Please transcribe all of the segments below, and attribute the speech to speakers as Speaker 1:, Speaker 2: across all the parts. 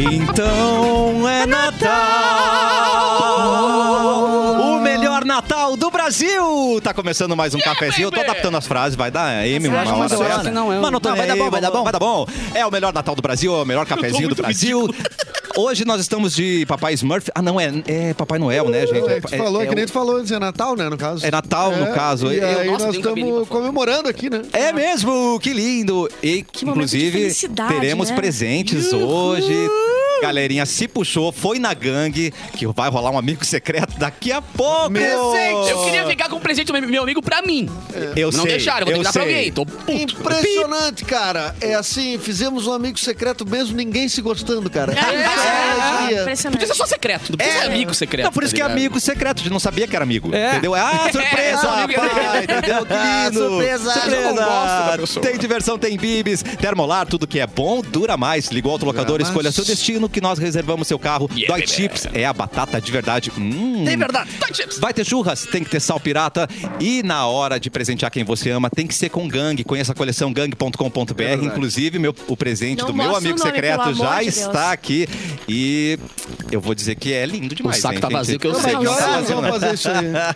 Speaker 1: Então é Natal! O melhor Natal do Brasil! Tá começando mais um cafezinho. Eu tô adaptando as frases, vai dar é, M, uma
Speaker 2: acho
Speaker 1: hora
Speaker 2: muito boa,
Speaker 1: dessa.
Speaker 2: que não é um-
Speaker 1: Mas não tá,
Speaker 3: Não,
Speaker 1: vai dar bom, vai dar bom, vai dar bom. É o melhor Natal do Brasil, é o melhor cafezinho do Brasil. Hoje nós estamos de Papai Smurf. Ah, não, é, é Papai Noel, né, gente?
Speaker 4: É, que tu falou, é, que nem tu falou antes, é Natal, né, no caso.
Speaker 1: É Natal, no caso.
Speaker 4: E
Speaker 1: Eu-
Speaker 4: aí
Speaker 2: nossa,
Speaker 4: nós
Speaker 2: tem um cabelinho pra
Speaker 4: estamos
Speaker 2: fora.
Speaker 4: comemorando aqui, né?
Speaker 1: É mesmo, que lindo! E
Speaker 5: momento de
Speaker 1: inclusive
Speaker 5: felicidade,
Speaker 1: teremos
Speaker 5: né?
Speaker 1: presentes hoje. Galerinha se puxou, foi na gangue, que vai rolar um amigo secreto daqui a pouco.
Speaker 4: Presente!
Speaker 2: Eu queria ficar com um presente do meu amigo pra mim.
Speaker 1: Ah. Eu
Speaker 2: não
Speaker 1: sei,
Speaker 2: deixaram, eu vou
Speaker 1: eu
Speaker 2: ter que dar pra
Speaker 1: sei.
Speaker 2: alguém. Tô puto.
Speaker 4: É Impressionante, cara. É assim, fizemos um amigo secreto mesmo ninguém se gostando, cara. Isso é alegria.
Speaker 2: Não precisa
Speaker 5: Impressionante.
Speaker 2: ser só secreto, não precisa ser amigo secreto.
Speaker 1: Não, por isso
Speaker 2: tá
Speaker 1: que é
Speaker 2: ligado?
Speaker 1: amigo secreto, a gente não sabia que era amigo.
Speaker 3: É.
Speaker 1: Entendeu? Ah, surpresa,
Speaker 2: É, amigo-
Speaker 1: rapaz, entendeu? Que
Speaker 4: Ah,
Speaker 1: lindo.
Speaker 4: surpresa.
Speaker 2: Eu não gosto da pessoa.
Speaker 1: Tem diversão, tem bibis, termolar, tudo que é bom dura mais. Ligou outro locador,
Speaker 4: mais.
Speaker 1: escolha seu destino que nós reservamos seu carro.
Speaker 2: Yeah,
Speaker 1: Dói
Speaker 2: baby.
Speaker 1: Chips é a batata de verdade. Hum.
Speaker 2: É verdade. Tá, Chips.
Speaker 1: Vai ter churras, tem que ter sal pirata. E na hora de presentear quem você ama, tem que ser com gangue. Conheça a coleção gangue.com.br. Inclusive, meu, o presente
Speaker 5: Não
Speaker 1: do meu
Speaker 5: mostra
Speaker 1: amigo
Speaker 5: o nome,
Speaker 1: secreto
Speaker 5: pelo
Speaker 1: já
Speaker 5: amor de
Speaker 1: está
Speaker 5: Deus.
Speaker 1: aqui. E eu vou dizer que é lindo
Speaker 2: O
Speaker 1: demais.
Speaker 2: saco
Speaker 1: hein,
Speaker 2: tá
Speaker 1: gente?
Speaker 2: vazio que eu
Speaker 4: Não,
Speaker 2: sei.
Speaker 4: mas que é horas
Speaker 1: Vazio,
Speaker 4: vão
Speaker 1: né?
Speaker 4: fazer isso aí?
Speaker 1: Tá.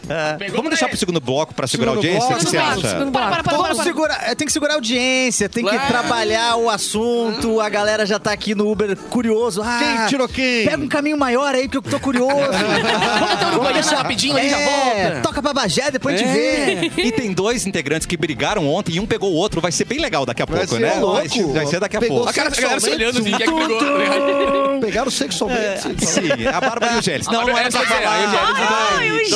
Speaker 1: Vamos deixar pro segundo bloco pra segurar a
Speaker 4: Segundo
Speaker 1: audiência? O que
Speaker 5: Segundo bloco,
Speaker 1: você
Speaker 4: bloco.
Speaker 1: acha?
Speaker 5: segundo bloco.
Speaker 3: Para, para,
Speaker 5: Vamos
Speaker 3: para, para.
Speaker 6: Segura, é, tem que segurar a audiência, tem que
Speaker 2: Claro.
Speaker 6: trabalhar o assunto. A galera já tá aqui no Uber curioso. Ah,
Speaker 4: Quem tirou quem?
Speaker 6: Pega um caminho maior aí, porque eu tô curioso.
Speaker 2: Vamos então no banheiro rapidinho, a gente Um já
Speaker 6: É,
Speaker 2: volta.
Speaker 6: Toca babagé, depois a gente vê.
Speaker 1: E tem dois integrantes que brigaram ontem e um pegou o outro. Vai ser bem legal daqui a pouco,
Speaker 4: ser
Speaker 1: né?
Speaker 4: louco.
Speaker 1: Vai, ser, vai ser daqui a
Speaker 4: Pegou
Speaker 1: pouco.
Speaker 2: A cara, a galera se olhando, assim, quem é que pegou? Um
Speaker 4: Pegaram
Speaker 2: É,
Speaker 4: sexualmente. sim.
Speaker 1: Sim, é a Bárbara e o Gélis. Não,
Speaker 2: Bárbara-
Speaker 1: não era
Speaker 2: é,
Speaker 1: pra
Speaker 2: pois é, aí o Gélis
Speaker 1: falar.
Speaker 5: vai. Ai, o Gélis.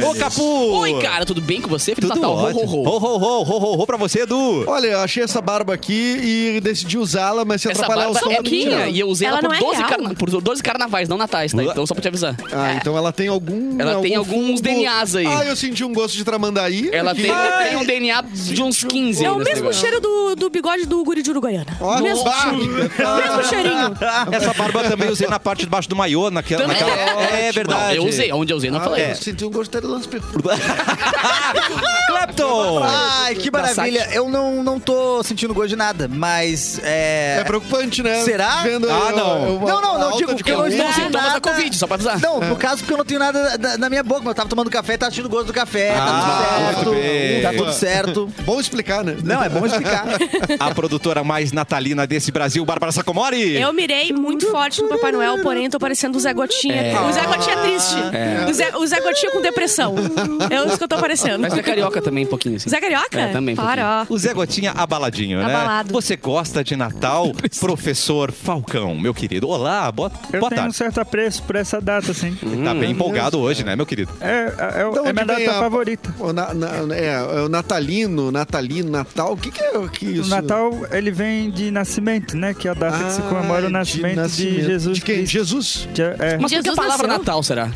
Speaker 1: Droga. Ô, Capu.
Speaker 2: Oi, cara, tudo bem com você? Feliz
Speaker 1: Tudo
Speaker 2: Natal. Tá, Ho, ho,
Speaker 1: ótimo.
Speaker 2: ho.
Speaker 1: Ho, ho, ho, ho, ho, ho pra você, Edu.
Speaker 4: Olha, eu achei essa barba aqui e decidi usá-la, mas se
Speaker 2: Essa
Speaker 4: atrapalhar o
Speaker 2: barba
Speaker 4: som...
Speaker 2: é
Speaker 4: eu vou tirar.
Speaker 2: minha e eu usei ela,
Speaker 5: Ela
Speaker 2: por,
Speaker 5: não é
Speaker 2: 12
Speaker 5: real.
Speaker 2: carna- por 12 carnavais, não natais, tá?
Speaker 1: Ué.
Speaker 2: Então só pra te avisar.
Speaker 4: Ah, então ela tem algum...
Speaker 2: Ela tem
Speaker 4: algum
Speaker 2: alguns DNAs aí.
Speaker 4: Ah, eu senti um gosto de tramandaí.
Speaker 2: Ela
Speaker 4: aqui.
Speaker 2: tem, tem um DNA de uns 15
Speaker 5: É
Speaker 2: aí
Speaker 5: o
Speaker 2: nesse
Speaker 5: mesmo
Speaker 2: negócio.
Speaker 5: cheiro do, do bigode do guri de Uruguaiana.
Speaker 4: Olha,
Speaker 5: mesmo,
Speaker 4: bah.
Speaker 5: mesmo cheirinho.
Speaker 1: Essa barba eu também usei na parte de baixo do maiô, naquela.
Speaker 2: Ah. Também.
Speaker 1: naquela- É, verdade. é.
Speaker 2: Não, eu usei, onde eu usei, não
Speaker 4: Ah,
Speaker 2: falei.
Speaker 4: eu senti um gosto de lance perfume.
Speaker 1: Clapton!
Speaker 6: Ai, que maravilha. Eu não, não tô sentindo gosto de nada, mas é.
Speaker 4: É preocupante, né?
Speaker 6: Será?
Speaker 4: Vendo
Speaker 1: Ah,
Speaker 4: eu-
Speaker 1: não.
Speaker 4: eu-
Speaker 6: Não, não,
Speaker 4: a
Speaker 6: não, digo
Speaker 4: alta de
Speaker 6: que eu não
Speaker 4: calor.
Speaker 6: estou
Speaker 2: Não,
Speaker 6: sentindo
Speaker 2: sintomas da
Speaker 6: nada.
Speaker 2: Então Covid, só pra avisar.
Speaker 6: Não, no caso, porque eu não tenho nada da- na minha boca, mas eu tava tomando café e tava sentindo gosto do café.
Speaker 1: Ah,
Speaker 6: tá tudo
Speaker 1: muito bem.
Speaker 6: certo. Tá tudo certo.
Speaker 4: Bom explicar, né?
Speaker 6: Não, é bom explicar.
Speaker 1: A produtora mais natalina desse Brasil, Bárbara Sacomori.
Speaker 5: Eu mirei muito forte no Papai Noel, porém tô parecendo o Zé Gotinha. O Zé Gotinha é triste. O, Zé, o Zé Gotinha com depressão. É isso que eu tô parecendo.
Speaker 2: Mas é carioca também, um pouquinho assim.
Speaker 5: Zé Carioca?
Speaker 2: É, também, um
Speaker 5: Para.
Speaker 1: O Zé Gotinha abaladinho, né?
Speaker 5: Abalado.
Speaker 1: Você gosta de Natal, professor Falcão, meu querido. Olá, boa,
Speaker 7: Eu
Speaker 1: boa
Speaker 7: tenho um
Speaker 1: tarde.
Speaker 7: certo apreço por essa data, assim.
Speaker 1: Tá bem empolgado hoje, né, meu querido?
Speaker 7: É, é, é
Speaker 4: Da onde
Speaker 7: minha
Speaker 4: vem
Speaker 7: data
Speaker 4: a-
Speaker 7: favorita.
Speaker 4: O na- na- é, é o natalino, natalino, natal. O que, que é o que
Speaker 7: O
Speaker 4: isso?
Speaker 7: Natal, ele vem de nascimento, né? Que é a data que se
Speaker 4: Ah,
Speaker 7: comemora o
Speaker 4: de
Speaker 7: nascimento de,
Speaker 4: nascimento.
Speaker 7: Jesus
Speaker 4: De quem?
Speaker 7: Cristo.
Speaker 4: Jesus.
Speaker 7: Que é- é.
Speaker 2: Mas por que a
Speaker 5: Jesus
Speaker 2: palavra
Speaker 5: nasceu?
Speaker 2: Natal será?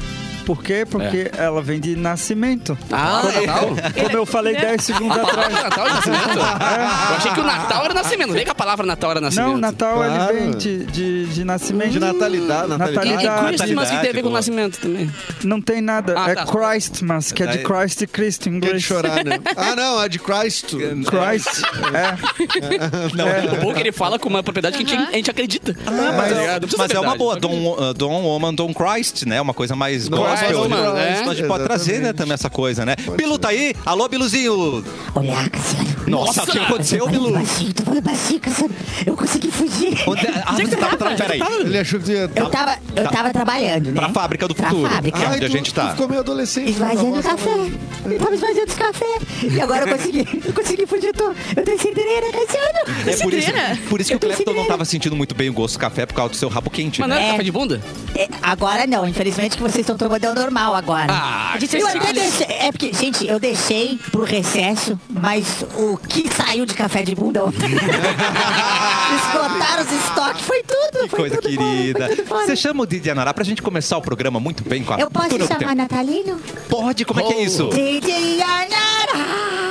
Speaker 7: Por quê? Porque
Speaker 1: É.
Speaker 7: ela vem de nascimento.
Speaker 2: Ah, Natal?
Speaker 7: Como eu falei
Speaker 5: né?
Speaker 7: 10 segundos
Speaker 2: A
Speaker 7: atrás.
Speaker 2: palavra Natal é nascimento? Eu achei que o Natal era nascimento. Não vem que a palavra Natal era nascimento.
Speaker 7: Não, Natal
Speaker 4: Claro.
Speaker 7: ele vem de, de, de nascimento.
Speaker 4: De natalidade,
Speaker 2: E,
Speaker 4: natalidade.
Speaker 2: e
Speaker 7: Natalidade.
Speaker 2: Christmas que tem a ver com o
Speaker 1: boa.
Speaker 2: nascimento também.
Speaker 7: Não tem nada.
Speaker 2: Ah,
Speaker 7: é
Speaker 2: tá.
Speaker 7: Christmas, que é de
Speaker 1: Daí-
Speaker 7: Christ e Cristo em
Speaker 4: Que é de
Speaker 7: inglês.
Speaker 4: chorar, né? Ah, não, é de Christ.
Speaker 6: Tá.
Speaker 7: Christ. é.
Speaker 2: O bom é que ele fala com uma propriedade que a gente, a gente acredita.
Speaker 1: Mas,
Speaker 2: Tá ligado? Não precisa
Speaker 1: mas
Speaker 2: ser
Speaker 1: é uma boa,
Speaker 2: verdade.
Speaker 1: Don, uh, Don Woman, Don Christ, né? Uma coisa mais gospel.
Speaker 2: Christ, mano,
Speaker 1: né?
Speaker 2: é.
Speaker 1: A gente pode trazer, né, também essa coisa, né? Bilu tá aí? Alô, Biluzinho!
Speaker 8: Olá, Cassiano.
Speaker 1: Nossa, o
Speaker 2: Nossa!
Speaker 1: que aconteceu,
Speaker 8: Tô
Speaker 1: Bilu?
Speaker 8: falando baixinho, tô falando baixinho, Cassiano. Eu consegui fugir.
Speaker 1: Onde, ah, você tava atrás, peraí. É
Speaker 4: Ele achou que
Speaker 6: É
Speaker 4: ia...
Speaker 8: Eu tava, eu tava trabalhando, né?
Speaker 1: tá Pra fábrica do
Speaker 8: Pra
Speaker 1: futuro,
Speaker 8: fábrica.
Speaker 1: que é
Speaker 4: Ai,
Speaker 1: onde a
Speaker 4: tu-
Speaker 1: gente tá.
Speaker 4: Tu ficou meio adolescente.
Speaker 8: Esvaziando
Speaker 4: né?
Speaker 8: o café. Eu tava esvaziando os cafés. E agora eu consegui. Eu consegui fugir. Eu tô, eu tô em cidreira, Cassiano.
Speaker 1: É por isso,
Speaker 5: cidreira.
Speaker 1: por isso que
Speaker 8: Eu
Speaker 1: o
Speaker 8: tô
Speaker 1: Clepton não
Speaker 8: cidreira.
Speaker 1: tava sentindo muito bem o gosto do café por causa do seu rabo quente. né?
Speaker 2: Mas não era
Speaker 8: É.
Speaker 2: café de bunda?
Speaker 8: É, agora não. Infelizmente que vocês estão tomando é o normal agora.
Speaker 2: Ah,
Speaker 5: De
Speaker 8: Eu até
Speaker 5: terceiro.
Speaker 8: deixei, é porque, gente, eu deixei pro recesso, mas o que saiu de café de bunda ontem? Esgotaram os estoques, foi tudo. Foi
Speaker 1: Coisa
Speaker 8: tudo fora,
Speaker 1: querida.
Speaker 8: foi tudo fora.
Speaker 1: Você chama o Didi Anará pra gente começar o programa muito bem com a
Speaker 8: Eu posso
Speaker 1: abertura do
Speaker 8: chamar
Speaker 1: tempo.
Speaker 4: Oh.
Speaker 8: Natalino?
Speaker 1: Pode, como é que é isso?
Speaker 8: Didi Anará.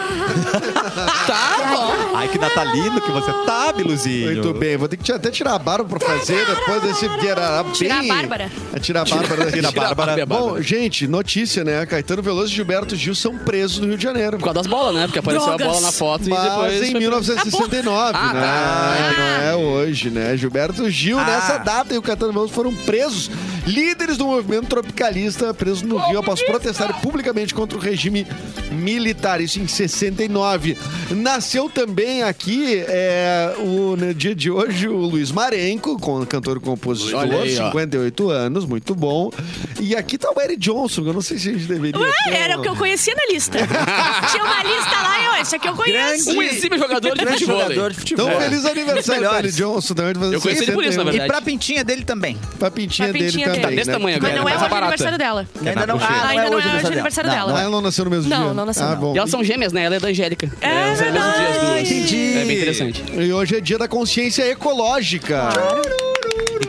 Speaker 2: Tá bom.
Speaker 1: Ai, que natalino que você tá, Biluzinho.
Speaker 4: Muito bem, vou ter que te- até tirar a barba pra fazer depois desse. Porque era bem...
Speaker 5: Tirar a Bárbara.
Speaker 4: É, Tirar a Bárbara.
Speaker 1: Tira a Bárbara.
Speaker 4: Bom, gente, notícia, né? Caetano Veloso e Gilberto Gil são presos no Rio de Janeiro.
Speaker 2: Por causa das bolas, né? Porque apareceu
Speaker 5: Drogas.
Speaker 2: a bola na foto e
Speaker 4: Mas
Speaker 2: depois.
Speaker 4: em
Speaker 2: foi-
Speaker 4: 1969,
Speaker 2: Ah,
Speaker 4: né?
Speaker 2: tá. Ah.
Speaker 4: Não é hoje, né? Gilberto Gil, nessa data, e o Caetano Veloso foram presos. Líderes do movimento tropicalista presos no Rio após protestarem publicamente contra o regime militar. Isso em 69. Nasceu também aqui, é, o, no dia de hoje, o Luiz Marenco, com- cantor e compositor,
Speaker 2: Olha aí, ó.
Speaker 4: 58 anos, muito bom. E aqui tá o Eric Johnson, que eu não sei se a gente deveria...
Speaker 5: Ué,
Speaker 4: ter
Speaker 5: era
Speaker 4: um-
Speaker 5: o que eu conhecia na lista. Tinha uma lista lá e eu, esse aqui eu conheço.
Speaker 2: Um exímio jogador de
Speaker 6: Grande
Speaker 2: futebol.
Speaker 6: jogador de futebol.
Speaker 4: Então, feliz aniversário,
Speaker 6: melhores.
Speaker 4: Eric Johnson. também, fazendo
Speaker 2: É. Eu conheci ele por isso,
Speaker 4: 61.
Speaker 2: na verdade.
Speaker 6: E pra pintinha dele também.
Speaker 4: Pra pintinha,
Speaker 5: Pra pintinha
Speaker 4: dele
Speaker 5: dele.
Speaker 4: também.
Speaker 2: Desse
Speaker 4: né?
Speaker 2: tamanho
Speaker 5: Mas
Speaker 2: agora.
Speaker 5: não é
Speaker 2: Essa
Speaker 5: hoje o
Speaker 2: barata.
Speaker 5: aniversário dela.
Speaker 6: Ainda não, ah,
Speaker 5: Ainda não é hoje o
Speaker 6: dela.
Speaker 5: aniversário
Speaker 6: Não,
Speaker 5: dela.
Speaker 6: não
Speaker 4: Ah,
Speaker 6: é.
Speaker 4: ela não nasceu no mesmo
Speaker 5: Não,
Speaker 4: dia.
Speaker 5: não nasceu,
Speaker 4: Ah,
Speaker 5: não.
Speaker 4: bom.
Speaker 2: E elas são gêmeas, né? Ela é da Angélica.
Speaker 5: É
Speaker 2: são os mesmos dias duas.
Speaker 1: Entendi.
Speaker 2: É bem interessante.
Speaker 4: E hoje é dia da consciência ecológica.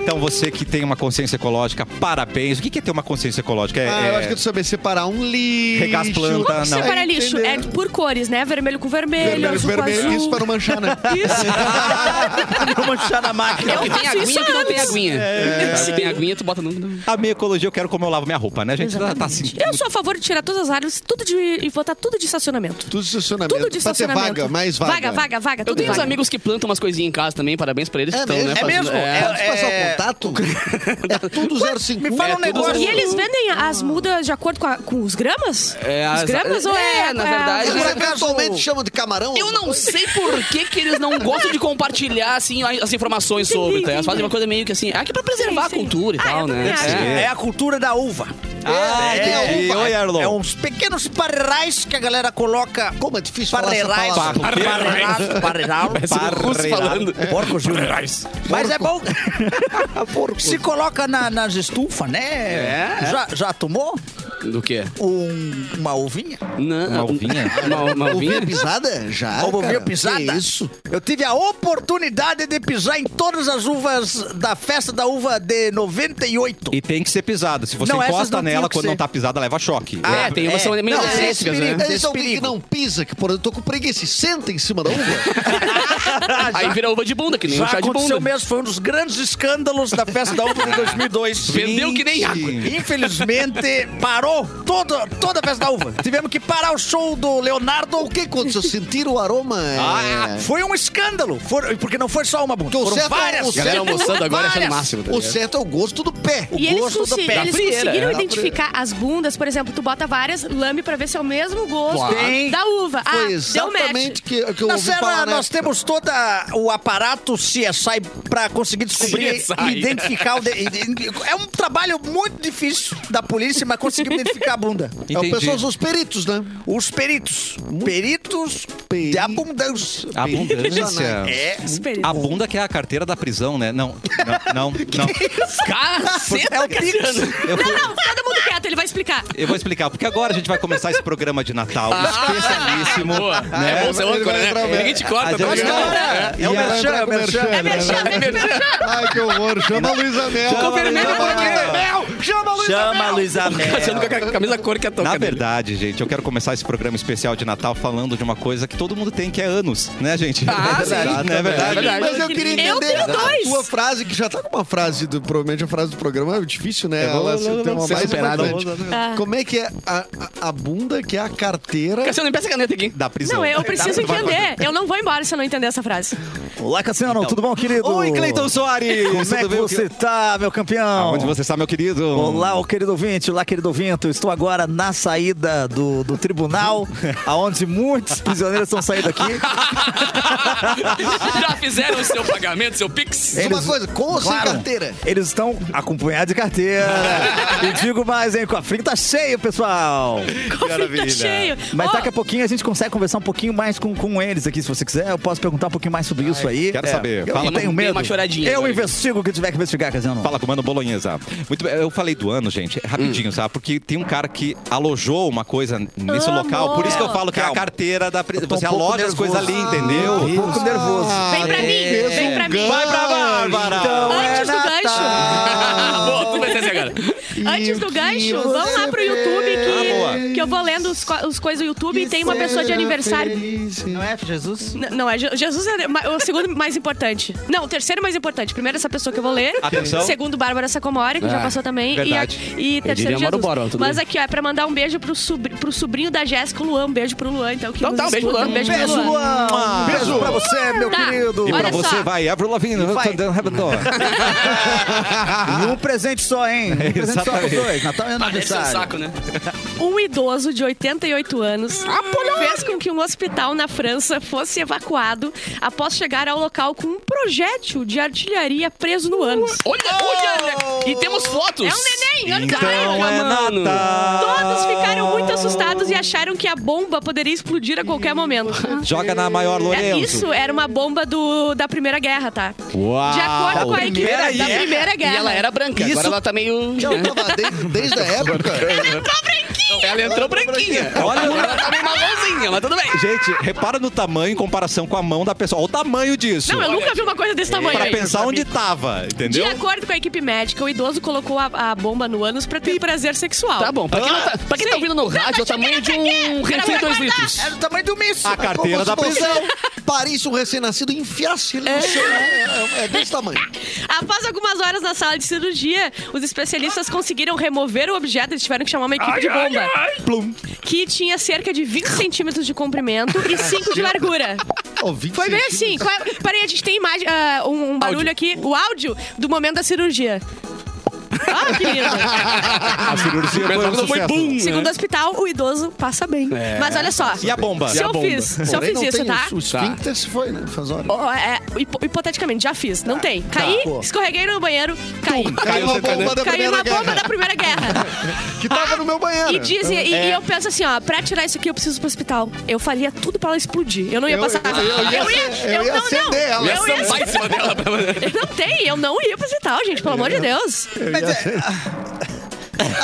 Speaker 1: Então você que tem uma consciência ecológica, parabéns. O que que é ter uma consciência ecológica? É,
Speaker 4: Ah, eu
Speaker 1: é-
Speaker 4: acho que tu saber separar um lixo.
Speaker 1: Regar as plantas,
Speaker 5: Como que
Speaker 1: não.
Speaker 5: separa
Speaker 4: É,
Speaker 5: lixo? É
Speaker 4: entendeu?
Speaker 5: por cores, né? Vermelho com vermelho,
Speaker 4: Vermelho,
Speaker 5: azul com
Speaker 4: vermelho,
Speaker 5: azul.
Speaker 4: isso para não manchar, né?
Speaker 6: Não é manchar na máquina.
Speaker 2: É o que tem
Speaker 5: faço isso
Speaker 2: aguinha que não tem
Speaker 5: antes.
Speaker 2: aguinha. É. Se tem aguinha, tu bota no. no-
Speaker 1: A minha ecologia eu quero como eu lavo minha roupa, né, gente? Ela tá sentindo.
Speaker 5: Eu sou a favor de tirar todas as árvores tudo de, e botar tudo de estacionamento.
Speaker 4: Tudo de estacionamento.
Speaker 5: Tudo de estacionamento.
Speaker 4: Pra ter vaga, mais vaga.
Speaker 5: Vaga, vaga, vaga.
Speaker 2: Eu
Speaker 5: tudo
Speaker 2: tenho uns
Speaker 5: vaga.
Speaker 2: amigos que plantam umas coisinhas em casa também, parabéns pra eles.
Speaker 4: É
Speaker 2: que estão, né,
Speaker 4: mesmo? É
Speaker 2: fazendo-
Speaker 6: mesmo? É.
Speaker 4: Pode passar o contato? é tudo 05.
Speaker 6: Me fala
Speaker 2: É
Speaker 6: um
Speaker 2: tudo
Speaker 6: negócio.
Speaker 5: E eles vendem as mudas de acordo com, a- com os gramas?
Speaker 2: É,
Speaker 5: os
Speaker 2: as-
Speaker 5: gramas ou é?
Speaker 2: é, na
Speaker 5: é-
Speaker 2: verdade,
Speaker 4: Eles
Speaker 2: né?
Speaker 4: eventualmente chamam de camarão?
Speaker 2: Eu não sei por que, que eles não gostam de compartilhar assim, as informações sobre, tá? Eles fazem uma coisa meio que assim, ah, que pra preservar
Speaker 5: Sim,
Speaker 2: a
Speaker 5: sim.
Speaker 2: cultura e
Speaker 5: Ah,
Speaker 2: tal,
Speaker 5: eu
Speaker 2: né?
Speaker 5: também acho.
Speaker 2: É.
Speaker 6: É a cultura da uva.
Speaker 1: Ah, entendi. Oi, Erlon.
Speaker 6: É uns pequenos parreirais que a galera coloca.
Speaker 4: Como é difícil falar essa
Speaker 6: Parreirais.
Speaker 4: palavra.
Speaker 6: Parreirais. Parreiral.
Speaker 2: um
Speaker 1: Parreira.
Speaker 6: Porco Júnior. Mas é bom. Se coloca na- nas estufas, né?
Speaker 2: É, é.
Speaker 6: Já, já tomou
Speaker 2: Do quê?
Speaker 6: um- uma uvinha?
Speaker 2: Não, ah,
Speaker 1: Uma
Speaker 2: um-
Speaker 1: uvinha?
Speaker 2: Uma, uma uvinha?
Speaker 4: Ouvir pisada? Já,
Speaker 6: Uma uvinha
Speaker 4: cara.
Speaker 6: pisada?
Speaker 4: Que isso?
Speaker 6: Eu tive a oportunidade de pisar em todas as uvas da festa da uva de 98.
Speaker 1: E tem que ser pisada. Se você
Speaker 6: Não, essas
Speaker 1: encosta
Speaker 6: não tinham
Speaker 1: nela
Speaker 6: que
Speaker 1: quando
Speaker 6: ser.
Speaker 1: não tá pisada, leva choque.
Speaker 4: Ah,
Speaker 2: É, tem umas
Speaker 6: é.
Speaker 2: são meio
Speaker 4: Não,
Speaker 6: Não,
Speaker 4: eles,
Speaker 2: excêntricas, né?
Speaker 4: eles são que
Speaker 6: Perigo.
Speaker 4: não pisa, que por eu tô com preguiça. e Senta em cima da uva.
Speaker 2: Aí vira uva de bunda, que nem
Speaker 6: tá, Já
Speaker 2: um chá de
Speaker 6: aconteceu
Speaker 2: bunda.
Speaker 6: mesmo, foi um dos grandes escândalos da festa da uva de 2002.
Speaker 2: Vendeu que nem água.
Speaker 6: Infelizmente, parou toda, toda a festa da uva. Tivemos que parar o show do Leonardo.
Speaker 4: o que aconteceu? Sentir o aroma? é-
Speaker 1: Ah,
Speaker 6: Foi um escândalo, for- porque não foi só uma bunda,
Speaker 4: Porque o
Speaker 6: foram
Speaker 4: certo é
Speaker 6: várias.
Speaker 4: o certo
Speaker 2: Galera almoçando agora achando o
Speaker 6: Várias.
Speaker 2: máximo, tá
Speaker 4: O
Speaker 2: ligado?
Speaker 4: certo é o gosto do pé.
Speaker 5: E eles,
Speaker 6: gosto do
Speaker 5: consi-
Speaker 6: pé.
Speaker 5: eles
Speaker 2: Da frieira,
Speaker 5: conseguiram
Speaker 2: é.
Speaker 5: identificar as bundas, por exemplo, tu bota várias, lame pra ver se é o mesmo gosto
Speaker 6: Claro. Tem.
Speaker 5: da uva.
Speaker 4: Foi
Speaker 5: ah, deu match.
Speaker 4: exatamente o que, que eu
Speaker 6: Na
Speaker 4: ouvi falar
Speaker 6: Serra,
Speaker 4: na
Speaker 6: Tá nós
Speaker 4: época.
Speaker 6: temos todo o aparato CSI pra conseguir descobrir
Speaker 2: CSI.
Speaker 6: e identificar. O de- e- e- é um trabalho muito difícil da polícia, mas conseguimos identificar a bunda.
Speaker 4: É o
Speaker 1: Entendi.
Speaker 4: pessoal dos peritos, né?
Speaker 6: Os peritos. Peritos de
Speaker 4: Peri-
Speaker 6: abundância.
Speaker 1: Ah. É Abundância.
Speaker 6: É.
Speaker 5: Espera.
Speaker 1: A bunda que é a carteira da prisão, né? Não, não, não. não.
Speaker 2: Caceta,
Speaker 6: É o
Speaker 2: Tá Cassiano.
Speaker 6: Pix.
Speaker 1: Eu, vou,
Speaker 5: Não, todo mundo quieto, ele vai explicar.
Speaker 1: eu vou explicar, porque agora a gente vai começar esse programa de Natal
Speaker 6: Ah,
Speaker 1: especialíssimo.
Speaker 2: Boa.
Speaker 1: né?
Speaker 2: É bom ser
Speaker 4: Ele
Speaker 2: âncora,
Speaker 4: vai lembrar o
Speaker 2: né?
Speaker 4: meu.
Speaker 2: Ninguém te corta,
Speaker 1: A
Speaker 2: tá
Speaker 1: gente-
Speaker 2: ligado?
Speaker 1: É,
Speaker 6: É o
Speaker 1: e ela-
Speaker 6: merchan, é o merchan.
Speaker 5: É merchan, é merchan.
Speaker 4: né? Ai, que horror. Chama a Luísa Mel.
Speaker 1: Chama a Luísa Mel.
Speaker 4: Chama a Luísa Mel.
Speaker 6: Chama Luiz
Speaker 2: Cassiano com a camisa cor que é a toca
Speaker 1: Na
Speaker 2: dele.
Speaker 1: verdade, gente, eu quero começar esse programa especial de Natal falando de uma coisa que todo mundo tem, que é anos, né, gente?
Speaker 2: Ah,
Speaker 1: é verdade,
Speaker 2: sim.
Speaker 1: não é
Speaker 2: É
Speaker 1: verdade?
Speaker 2: verdade.
Speaker 4: Mas eu queria
Speaker 5: Eu
Speaker 4: entender
Speaker 5: tenho
Speaker 4: a
Speaker 5: dois.
Speaker 4: tua frase, que já tá com uma frase, do, provavelmente a frase do programa. É difícil, né? Ela se- tem uma
Speaker 2: ser
Speaker 4: mais
Speaker 2: superada.
Speaker 4: importante.
Speaker 5: Ah.
Speaker 4: Como é que é a, a- a bunda que é a carteira?
Speaker 2: Cassiano, empresta a caneta aqui.
Speaker 1: Da prisão.
Speaker 5: Não, eu
Speaker 1: Tá,
Speaker 5: preciso
Speaker 1: tu vai-
Speaker 5: entender. Eu não vou embora se eu não entender essa frase.
Speaker 6: Olá, Cassiano, tudo bom, querido?
Speaker 1: Oi, Cleiton Soares!
Speaker 6: Como é que
Speaker 1: tudo bem? Ah,
Speaker 6: você tá, meu campeão?
Speaker 1: Onde você está, meu querido?
Speaker 6: Olá, ô querido ouvinte, olá, querido ouvinte. Eu estou agora na saída do, do tribunal, aonde muitos prisioneiros estão saindo aqui.
Speaker 2: Já fizeram o seu pagamento, seu Pix?
Speaker 4: Diz uma coisa, com ou sem
Speaker 6: Claro,
Speaker 4: carteira?
Speaker 6: Eles estão acompanhados de carteira. e digo mais, hein, com a frente tá cheio, pessoal.
Speaker 5: Conflito cheio.
Speaker 6: Mas
Speaker 5: Ó,
Speaker 6: daqui a pouquinho a gente consegue conversar um pouquinho mais com, com eles aqui, se você quiser. Eu posso perguntar um pouquinho mais sobre isso aí. É.
Speaker 1: quero saber.
Speaker 6: Eu
Speaker 1: Fala,
Speaker 6: não
Speaker 2: tem
Speaker 6: tenho medo.
Speaker 2: uma choradinha
Speaker 6: eu
Speaker 2: agora.
Speaker 6: investigo o que tiver que investigar, Casiano.
Speaker 1: Fala com o Mano Bolonhesa. Muito bem, eu falei do ano, gente,
Speaker 6: Hum.
Speaker 1: rapidinho, sabe? Porque tem um cara que alojou uma coisa nesse
Speaker 5: Amo.
Speaker 1: local, por isso que eu falo que é a
Speaker 6: Calma.
Speaker 1: carteira da... pri-
Speaker 6: Eu tô um
Speaker 1: Você
Speaker 6: pouco
Speaker 1: aloja as coisas ali,
Speaker 6: nervoso.
Speaker 1: entendeu?
Speaker 6: Um pouco nervoso.
Speaker 4: Ah,
Speaker 5: Vem pra mim, vem pra mim.
Speaker 1: Vai pra Bárbara!
Speaker 6: Então é
Speaker 5: Antes do
Speaker 6: Natal.
Speaker 5: gancho.
Speaker 2: Boa, tu vai ser esse agora.
Speaker 5: Antes do
Speaker 4: que
Speaker 5: gancho, vamos lá pro
Speaker 4: você
Speaker 5: YouTube que,
Speaker 1: Ah, boa.
Speaker 5: que eu vou lendo os, co- os coisas do YouTube e tem uma pessoa de
Speaker 4: será
Speaker 5: aniversário.
Speaker 4: feliz.
Speaker 6: Não é, Jesus?
Speaker 5: N- Não, é Je- Jesus é ma- o segundo mais importante. Não, o terceiro mais importante. Primeiro essa pessoa que eu vou ler.
Speaker 1: Atenção.
Speaker 5: Segundo, Bárbara Sacomori, que já passou também. E a-
Speaker 1: verdade.
Speaker 5: E, terceiro,
Speaker 2: Ah, diria Mauro
Speaker 5: Jesus.
Speaker 2: Borba, tudo
Speaker 5: Mas
Speaker 2: bem.
Speaker 5: aqui, ó, é pra mandar um beijo pro, sobr- pro sobrinho da Jéssica, o Luan. Um beijo pro Luan, então. Que
Speaker 2: Então
Speaker 5: nos
Speaker 2: tá, um beijo,
Speaker 5: escuta.
Speaker 2: Luan.
Speaker 5: Um beijo pro
Speaker 6: Beijo,
Speaker 5: Luan.
Speaker 6: Luan. Um beijo pra você, meu
Speaker 5: Tá.
Speaker 6: querido.
Speaker 1: E pra
Speaker 5: Olha
Speaker 1: você
Speaker 5: só.
Speaker 1: vai, Avril Lavigne, né?
Speaker 6: vai.
Speaker 1: Rotterdam Raptor.
Speaker 6: E um presente só, hein? Um presente só pros
Speaker 1: Exatamente.
Speaker 6: dois. Natal e
Speaker 2: Ah. Parece um
Speaker 6: aniversário.
Speaker 2: saco, né?
Speaker 5: Um idoso de 88 anos fez com que um hospital na França fosse evacuado após chegar ao local com um projétil de artilharia preso no ânus.
Speaker 2: Olha, olha! E temos fotos!
Speaker 5: É um neném! Olha que
Speaker 1: Então é
Speaker 2: mano.
Speaker 1: Natal.
Speaker 5: Todos ficaram muito assustados e acharam que a bomba poderia explodir a qualquer momento.
Speaker 1: Joga na maior
Speaker 5: É,
Speaker 1: Lourenço.
Speaker 5: Isso era uma bomba do, da Primeira Guerra, tá?
Speaker 1: Uau.
Speaker 5: De acordo com a equipe
Speaker 1: Primeira
Speaker 5: da
Speaker 1: guerra.
Speaker 5: Primeira Guerra.
Speaker 2: E ela era branca,
Speaker 1: Isso-
Speaker 2: agora ela tá meio...
Speaker 6: é um
Speaker 4: Eu tava de- desde a época.
Speaker 2: né? Ela entrou branquinha.
Speaker 1: Olha-
Speaker 2: Olha, ela tá meio malãozinha, mas tudo bem.
Speaker 1: Gente, repara no tamanho em comparação com a mão da pessoa. Olha o tamanho disso.
Speaker 5: Não, eu nunca vi uma coisa desse tamanho
Speaker 1: Pra
Speaker 5: aí.
Speaker 1: pensar onde tava,
Speaker 5: De
Speaker 1: entendeu?
Speaker 5: acordo com a equipe médica, o idoso colocou a, a bomba no ânus pra ter prazer sexual.
Speaker 2: Tá bom, pra quem, não tá, pra quem tá ouvindo no rádio, é o tamanho de um refri 2 litros.
Speaker 6: Era É do tamanho do misto.
Speaker 1: A carteira da
Speaker 4: Como se
Speaker 1: prisão.
Speaker 4: você Parisse um recém-nascido e enfiasse ele no seu. É, é- é desse tamanho.
Speaker 5: Após algumas horas na sala de cirurgia, os especialistas conseguiram remover o objeto. Eles tiveram que chamar uma equipe de bomba. Que tinha cerca de 20 centímetros de comprimento e 5 de largura.
Speaker 4: Ó, 20
Speaker 5: Foi bem
Speaker 4: centímetros.
Speaker 5: assim. Qual é- Peraí, a gente tem imagem, ah, um, um barulho aqui. O áudio do momento da cirurgia. Ah, que lindo.
Speaker 1: A cirurgia foi um
Speaker 2: Não foi
Speaker 1: sucesso.
Speaker 2: boom,
Speaker 5: Segundo o
Speaker 2: né?
Speaker 5: hospital, o idoso passa bem. Mas olha só.
Speaker 1: E a bomba?
Speaker 5: Se
Speaker 1: E a
Speaker 5: eu
Speaker 1: bomba?
Speaker 5: fiz, se eu
Speaker 4: Porém,
Speaker 5: fiz
Speaker 4: não
Speaker 5: isso,
Speaker 4: tem
Speaker 5: tá?
Speaker 4: O esfíncter se foi, né? Faz hora.
Speaker 5: Ó, é, hipo- hipoteticamente, já fiz. Não tem. Caí, escorreguei no banheiro, caí.
Speaker 4: Caiu uma
Speaker 1: Caiu
Speaker 4: bomba da
Speaker 5: Caiu
Speaker 4: primeira
Speaker 5: na bomba
Speaker 4: guerra.
Speaker 5: da Primeira Guerra.
Speaker 4: Que tava no meu banheiro.
Speaker 5: E dizem, e, e eu penso assim, ó, pra tirar isso aqui eu preciso ir pro hospital. Eu faria tudo pra ela explodir. Eu não ia
Speaker 4: Eu-
Speaker 5: passar
Speaker 4: eu-
Speaker 5: nada.
Speaker 4: eu ia- eu ia acender ela.
Speaker 5: Eu ia,
Speaker 2: Vai em cima dela.
Speaker 5: não tem, eu não ia pro hospital, gente, pelo amor de Deus.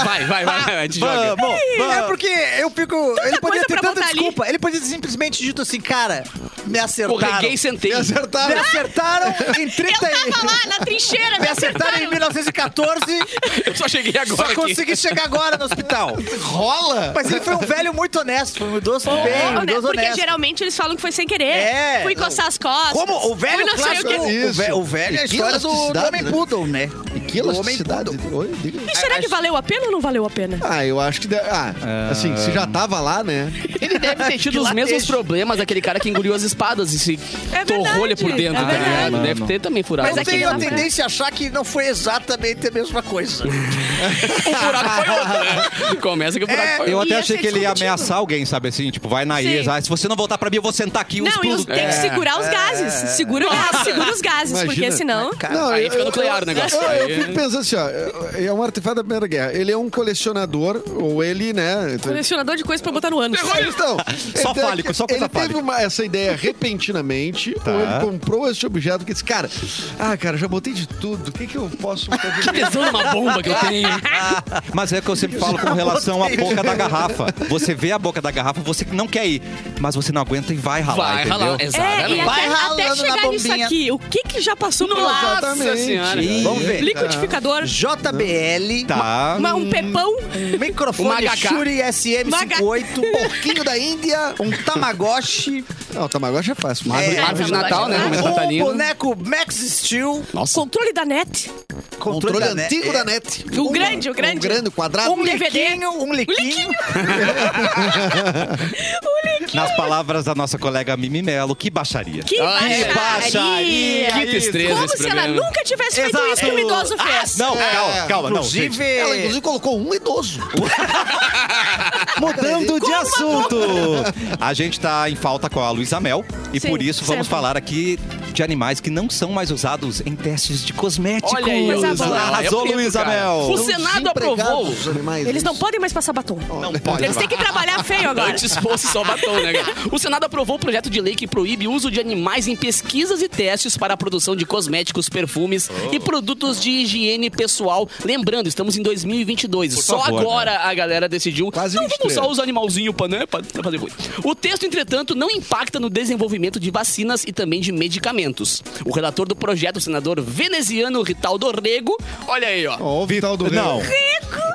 Speaker 2: Vai, vai, vai, vai, te
Speaker 4: Ah,
Speaker 2: joga.
Speaker 1: Vamos,
Speaker 6: É
Speaker 1: vamos.
Speaker 6: porque eu fico. ele podia
Speaker 5: coisa
Speaker 6: ter
Speaker 5: pra
Speaker 6: tanta
Speaker 5: botar ali.
Speaker 6: desculpa. Ele podia ter simplesmente dito assim, cara, me acertaram. Tá,
Speaker 2: Correguei e
Speaker 6: Me
Speaker 2: sentei.
Speaker 4: Me acertaram.
Speaker 6: acertaram em 30
Speaker 5: Eu
Speaker 6: e-
Speaker 5: tava lá na trincheira, me
Speaker 6: Me acertaram em
Speaker 5: acertaram.
Speaker 6: 1914,
Speaker 2: Eu só cheguei agora
Speaker 6: só
Speaker 2: aqui.
Speaker 6: consegui chegar agora no hospital.
Speaker 4: Rola?
Speaker 6: Mas ele foi um velho muito honesto, foi um idoso bem, um
Speaker 5: Honesto,
Speaker 6: idoso
Speaker 5: né? Porque
Speaker 6: honesto.
Speaker 5: geralmente eles falam que foi sem querer.
Speaker 6: É,
Speaker 5: Fui coçar as costas.
Speaker 6: Como o velho
Speaker 5: fui não sei o é
Speaker 6: clássico,
Speaker 5: quê.
Speaker 6: o, ve- o velho é a
Speaker 4: Que
Speaker 6: história do, do
Speaker 4: elasticidade,
Speaker 6: homem
Speaker 4: né?
Speaker 6: poodle, né?
Speaker 4: E que
Speaker 6: O homem
Speaker 4: elasticidade. Oi, diga.
Speaker 5: E será que valeu a pena ou não valeu a pena?
Speaker 4: Ah, eu acho que. deve- Ah, assim, se já tava lá, né?
Speaker 2: Ele deve ter tido os mesmos problemos daquele cara que engoliu as espadas e se
Speaker 5: É
Speaker 2: torrolha
Speaker 5: verdade,
Speaker 2: por dentro,
Speaker 5: é
Speaker 2: tá ligado?
Speaker 5: verdade.
Speaker 2: Deve ter também furado. um
Speaker 6: Mas eu
Speaker 5: aquele
Speaker 6: tenho
Speaker 5: lá
Speaker 6: a
Speaker 5: na frente.
Speaker 6: tendência a achar que não foi exatamente a mesma coisa.
Speaker 2: o buraco foi outro, né? Começa que o buraco
Speaker 6: É,
Speaker 2: foi outro.
Speaker 1: Eu
Speaker 5: Ia
Speaker 1: até achei
Speaker 5: ser
Speaker 1: que ele ia
Speaker 5: discutido.
Speaker 1: ameaçar alguém, sabe assim? Tipo, vai na
Speaker 5: Sim.
Speaker 1: Isa. Ah, se você não voltar pra mim, eu vou sentar aqui um e eu
Speaker 5: Não, e os-
Speaker 1: explodo.
Speaker 5: tem que segurar os gases. Segura o gás, segura os gases, porque
Speaker 4: Imagina.
Speaker 5: senão.
Speaker 4: Não,
Speaker 2: Aí
Speaker 4: eu-
Speaker 2: fica
Speaker 4: eu-
Speaker 2: nuclear o negócio.
Speaker 4: Eu, eu
Speaker 2: Aí-
Speaker 4: fico pensando assim, ó. É um artefato da Primeira Guerra. Ele é um colecionador, ou ele, né?
Speaker 5: Colecionador de coisa pra botar no ânus.
Speaker 4: Então,
Speaker 1: Só
Speaker 4: ele-
Speaker 1: fálico, só coisa
Speaker 4: Ele teve
Speaker 1: fálica.
Speaker 4: uma- essa ideia repentinamente, ou ele comprou esse objeto que disse, cara, ah, cara, já botei de tudo, o que que eu posso fazer?
Speaker 2: Pesando uma bomba que eu tenho.
Speaker 1: Mas é que eu sempre falo com relação à boca da garrafa. Você vê a boca da garrafa, você não quer ir, mas você não aguenta e vai ralar,
Speaker 2: Vai
Speaker 1: entendeu?
Speaker 2: ralar.
Speaker 5: É, e
Speaker 2: Exatamente.
Speaker 6: Vai
Speaker 5: até, até
Speaker 6: ralando na
Speaker 5: chegar nisso
Speaker 6: bombinha.
Speaker 5: aqui, o que que já passou por lá?
Speaker 2: Nossa senhora.
Speaker 1: Ih,
Speaker 6: Vamos ver.
Speaker 5: Liquidificador,
Speaker 6: JBL,
Speaker 1: Tá.
Speaker 5: uma- um pepão.
Speaker 6: microfone
Speaker 2: Uma HK.
Speaker 6: Shure SM58, porquinho da Índia, um Tamagotchi,
Speaker 4: Não, o Tamagotchi é fácil. Mas
Speaker 6: é,
Speaker 2: Árvore de Natal, né? Momento
Speaker 6: um
Speaker 2: natalino.
Speaker 6: boneco Max Steel,
Speaker 2: Nossa.
Speaker 5: Controle da net.
Speaker 4: controle
Speaker 6: da
Speaker 4: antigo
Speaker 6: net-
Speaker 4: da NET.
Speaker 5: O grande, o grande.
Speaker 4: O grande, o quadrado.
Speaker 5: Um DVD.
Speaker 6: liquinho, um liquinho.
Speaker 1: Nas palavras da nossa colega Mimi Melo, que baixaria.
Speaker 5: Que
Speaker 2: Ah,
Speaker 5: baixaria.
Speaker 2: é. Que tristeza
Speaker 5: Como
Speaker 2: esse
Speaker 5: se ela
Speaker 2: programa.
Speaker 5: nunca tivesse feito
Speaker 1: Exato. Ah,
Speaker 5: isso que o idoso fez.
Speaker 1: Não,
Speaker 2: É,
Speaker 1: calma, calma. não, gente.
Speaker 6: Inclusive,
Speaker 4: Ela, inclusive, colocou um idoso.
Speaker 1: Mudando de assunto! A gente tá em falta com a Luísa Mel e
Speaker 5: Sim,
Speaker 1: por isso vamos
Speaker 5: sempre.
Speaker 1: falar aqui de animais que não são mais usados em testes de cosméticos.
Speaker 2: Olha aí,
Speaker 5: Tipo, Coisa
Speaker 2: Luísa.
Speaker 5: boa.
Speaker 1: Arrasou,
Speaker 2: É
Speaker 1: Luísa
Speaker 2: preto, cara.
Speaker 1: Mel!
Speaker 2: O Senado
Speaker 4: Desempregados,
Speaker 2: aprovou.
Speaker 4: os animais,
Speaker 5: Eles não
Speaker 4: isso.
Speaker 5: podem mais passar batom.
Speaker 1: Não pode.
Speaker 5: Eles têm que trabalhar feio agora.
Speaker 2: Antes fosse só batom, né, cara? O Senado aprovou o projeto de lei que proíbe o uso de animais em pesquisas e testes para a produção de cosméticos, perfumes e produtos de higiene pessoal. Lembrando, estamos em 2022. só
Speaker 1: favor,
Speaker 2: agora a galera decidiu.
Speaker 4: Quase
Speaker 2: não vamos
Speaker 4: 23.
Speaker 2: usar os animalzinhos para né, pra- pra fazer coisa. O texto, entretanto, não impacta no desenvolvimento de vacinas e também de medicamentos. O relator do projeto, o senador veneziano Rital Dorrego, olha aí, ó.
Speaker 4: Ó, o Vital do Rego.
Speaker 1: Não.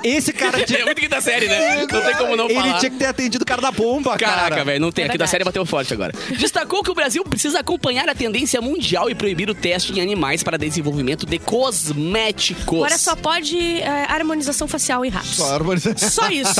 Speaker 1: Esse cara
Speaker 2: É
Speaker 1: tinha.
Speaker 2: muito quinta série, né? Não tem como não
Speaker 1: Ele
Speaker 2: falar.
Speaker 1: tinha que ter atendido o cara da bomba, cara.
Speaker 2: Caraca, velho, não tem.
Speaker 5: É
Speaker 2: Aqui da
Speaker 5: verdade.
Speaker 2: série bateu forte agora. Destacou que o Brasil precisa acompanhar a tendência mundial e proibir o teste em animais para desenvolvimento de cosméticos.
Speaker 5: Agora só pode é, harmonização facial em ratos.
Speaker 4: Só harmonização.
Speaker 5: Só isso.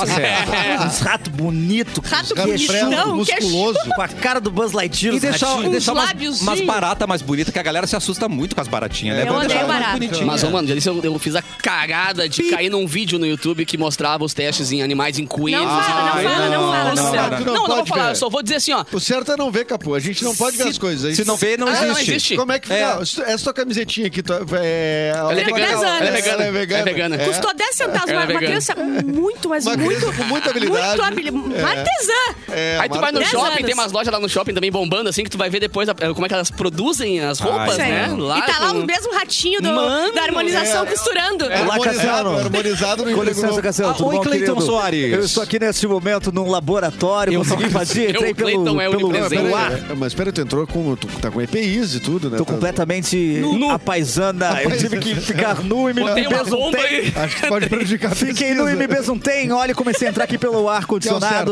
Speaker 6: Uns ratos bonitos.
Speaker 5: Rato
Speaker 4: Cara,
Speaker 5: bonitão,
Speaker 4: preto,
Speaker 5: que é
Speaker 4: musculoso.
Speaker 6: Com a cara do Buzz Lightyear.
Speaker 1: E
Speaker 6: os
Speaker 1: deixar,
Speaker 6: ratinhos.
Speaker 1: e deixar umas,
Speaker 5: lábios,
Speaker 1: umas
Speaker 5: sim.
Speaker 1: baratas mais bonitas, que a galera se assusta muito com as baratinhas, né?
Speaker 5: É, Eu
Speaker 1: Vamos
Speaker 5: odeio
Speaker 4: é
Speaker 1: deixar elas mais
Speaker 5: barata.
Speaker 1: bonitinhas.
Speaker 2: Mas, ô, mano, já disse, eu, eu fiz a cagada de cair num vídeo no YouTube que mostrava os testes em animais, em coelhos.
Speaker 5: Não fala, não
Speaker 1: Ai,
Speaker 5: fala,
Speaker 1: não,
Speaker 5: não fala. Não,
Speaker 1: não,
Speaker 5: fala.
Speaker 1: cara.
Speaker 4: Tu
Speaker 2: Não, não, vou
Speaker 4: pode
Speaker 2: falar,
Speaker 4: ver.
Speaker 2: eu só vou dizer assim, ó.
Speaker 4: O certo é não ver, capô. A gente não pode ver as coisas. A gente-
Speaker 1: Se não vê, não
Speaker 2: Ah,
Speaker 1: existe.
Speaker 2: não existe.
Speaker 4: Como é que
Speaker 1: É.
Speaker 4: fica? Essa tua camisetinha aqui, tu é...
Speaker 2: Ela é
Speaker 5: Ela
Speaker 2: vegana. Ela é
Speaker 5: anos.
Speaker 2: vegana. Ela é vegana.
Speaker 4: É.
Speaker 5: Custou 10 centavos.
Speaker 2: Ela
Speaker 5: Uma,
Speaker 2: é
Speaker 5: uma
Speaker 2: vegana.
Speaker 5: criança muito, mas
Speaker 4: Uma
Speaker 5: muito.
Speaker 4: criança com muita
Speaker 5: Muito
Speaker 4: habilidade.
Speaker 5: habilidade.
Speaker 4: É.
Speaker 5: Artesã.
Speaker 4: É,
Speaker 2: Aí tu vai no
Speaker 5: Dez
Speaker 2: shopping,
Speaker 5: anos.
Speaker 2: tem umas lojas lá no shopping também bombando, assim, que tu vai ver depois a- como é que elas produzem as roupas,
Speaker 1: Ai,
Speaker 2: né?
Speaker 5: Sério. e tá lá
Speaker 2: com-
Speaker 5: o mesmo ratinho do-
Speaker 2: Mano,
Speaker 5: da harmonização
Speaker 4: é.
Speaker 5: costurando.
Speaker 4: É harmonizado,
Speaker 6: Cassiano.
Speaker 4: harmonizado no
Speaker 6: Com
Speaker 4: emprego
Speaker 6: licença,
Speaker 4: novo.
Speaker 6: Cassiano.
Speaker 1: Ah,
Speaker 6: tudo
Speaker 1: oi,
Speaker 6: bom,
Speaker 1: Cleiton
Speaker 6: querido?
Speaker 1: Soares.
Speaker 6: Eu estou aqui neste momento num laboratório. Eu consegui fazer.
Speaker 2: Eu,
Speaker 6: Entrei
Speaker 2: o Cleiton
Speaker 6: pelo,
Speaker 2: é o
Speaker 6: pelo,
Speaker 2: Cleiton.
Speaker 6: pelo ar.
Speaker 4: É, Mas espera, tu entrou com... Tu tá com EPIs e tudo, né?
Speaker 6: Tô
Speaker 4: Tá-
Speaker 6: completamente a paisana. Eu tive que ficar nu e me
Speaker 2: Botei uma bomba
Speaker 6: besuntei.
Speaker 2: aí.
Speaker 4: Acho que pode prejudicar a
Speaker 6: Fiquei no
Speaker 4: pesquisa.
Speaker 6: MBs não tem, olha, comecei a entrar aqui pelo ar-condicionado.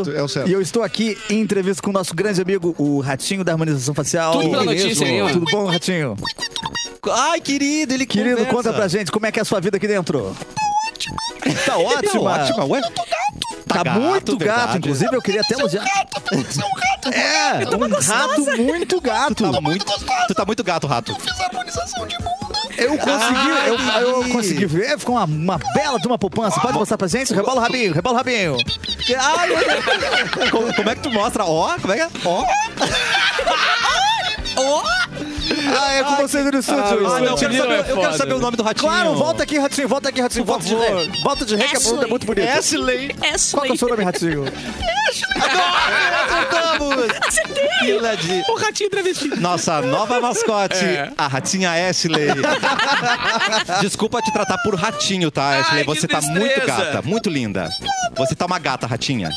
Speaker 4: É o certo, é o certo.
Speaker 6: E eu estou aqui em entrevista com o nosso grande amigo, o Ratinho da Harmonização Facial.
Speaker 2: Tudo pela
Speaker 1: beleza,
Speaker 2: notícia aí,
Speaker 1: mano.
Speaker 2: mano.
Speaker 6: Tudo bom, Ratinho?
Speaker 1: Ai, querido, ele
Speaker 6: Querido,
Speaker 1: conversa.
Speaker 6: conta pra gente como é que é a sua vida aqui dentro. Tá ótima.
Speaker 1: Tá ótima, ué.
Speaker 6: Tá,
Speaker 1: gato,
Speaker 6: muito gato,
Speaker 1: verdade.
Speaker 6: inclusive eu queria até elogiar. É, um rato muito gato.
Speaker 1: Tá muito, tu tá muito gato, rato.
Speaker 6: Eu consegui,
Speaker 1: Ai.
Speaker 6: eu, eu consegui ver, ficou uma, uma bela de uma poupança. Pode mostrar pra gente? Rebola o rabinho, rebola o rabinho.
Speaker 1: Ai, mas- como, como é que tu mostra? Ó, como é que é? Ó.
Speaker 6: Ah, é com você no estúdio.
Speaker 1: Ah, não, eu,
Speaker 2: Ratinho
Speaker 1: quero saber,
Speaker 2: é
Speaker 1: eu quero
Speaker 2: foda.
Speaker 1: saber o nome do ratinho.
Speaker 6: Claro, volta aqui, Ratinho, volta aqui, Ratinho, volta de ré. Volta de ré, que a pergunta é muito bonita.
Speaker 4: Ashley.
Speaker 5: É
Speaker 6: Qual que é o
Speaker 5: Ashley.
Speaker 6: seu nome, Ratinho?
Speaker 1: Voltamos! Fila de...
Speaker 2: O ratinho travesti.
Speaker 1: Nossa nova mascote,
Speaker 2: É.
Speaker 1: a ratinha Ashley. Desculpa te tratar por ratinho, tá, Ashley?
Speaker 2: que
Speaker 1: Você tá
Speaker 2: destreza.
Speaker 1: muito gata, muito linda. Você tá uma gata, ratinha.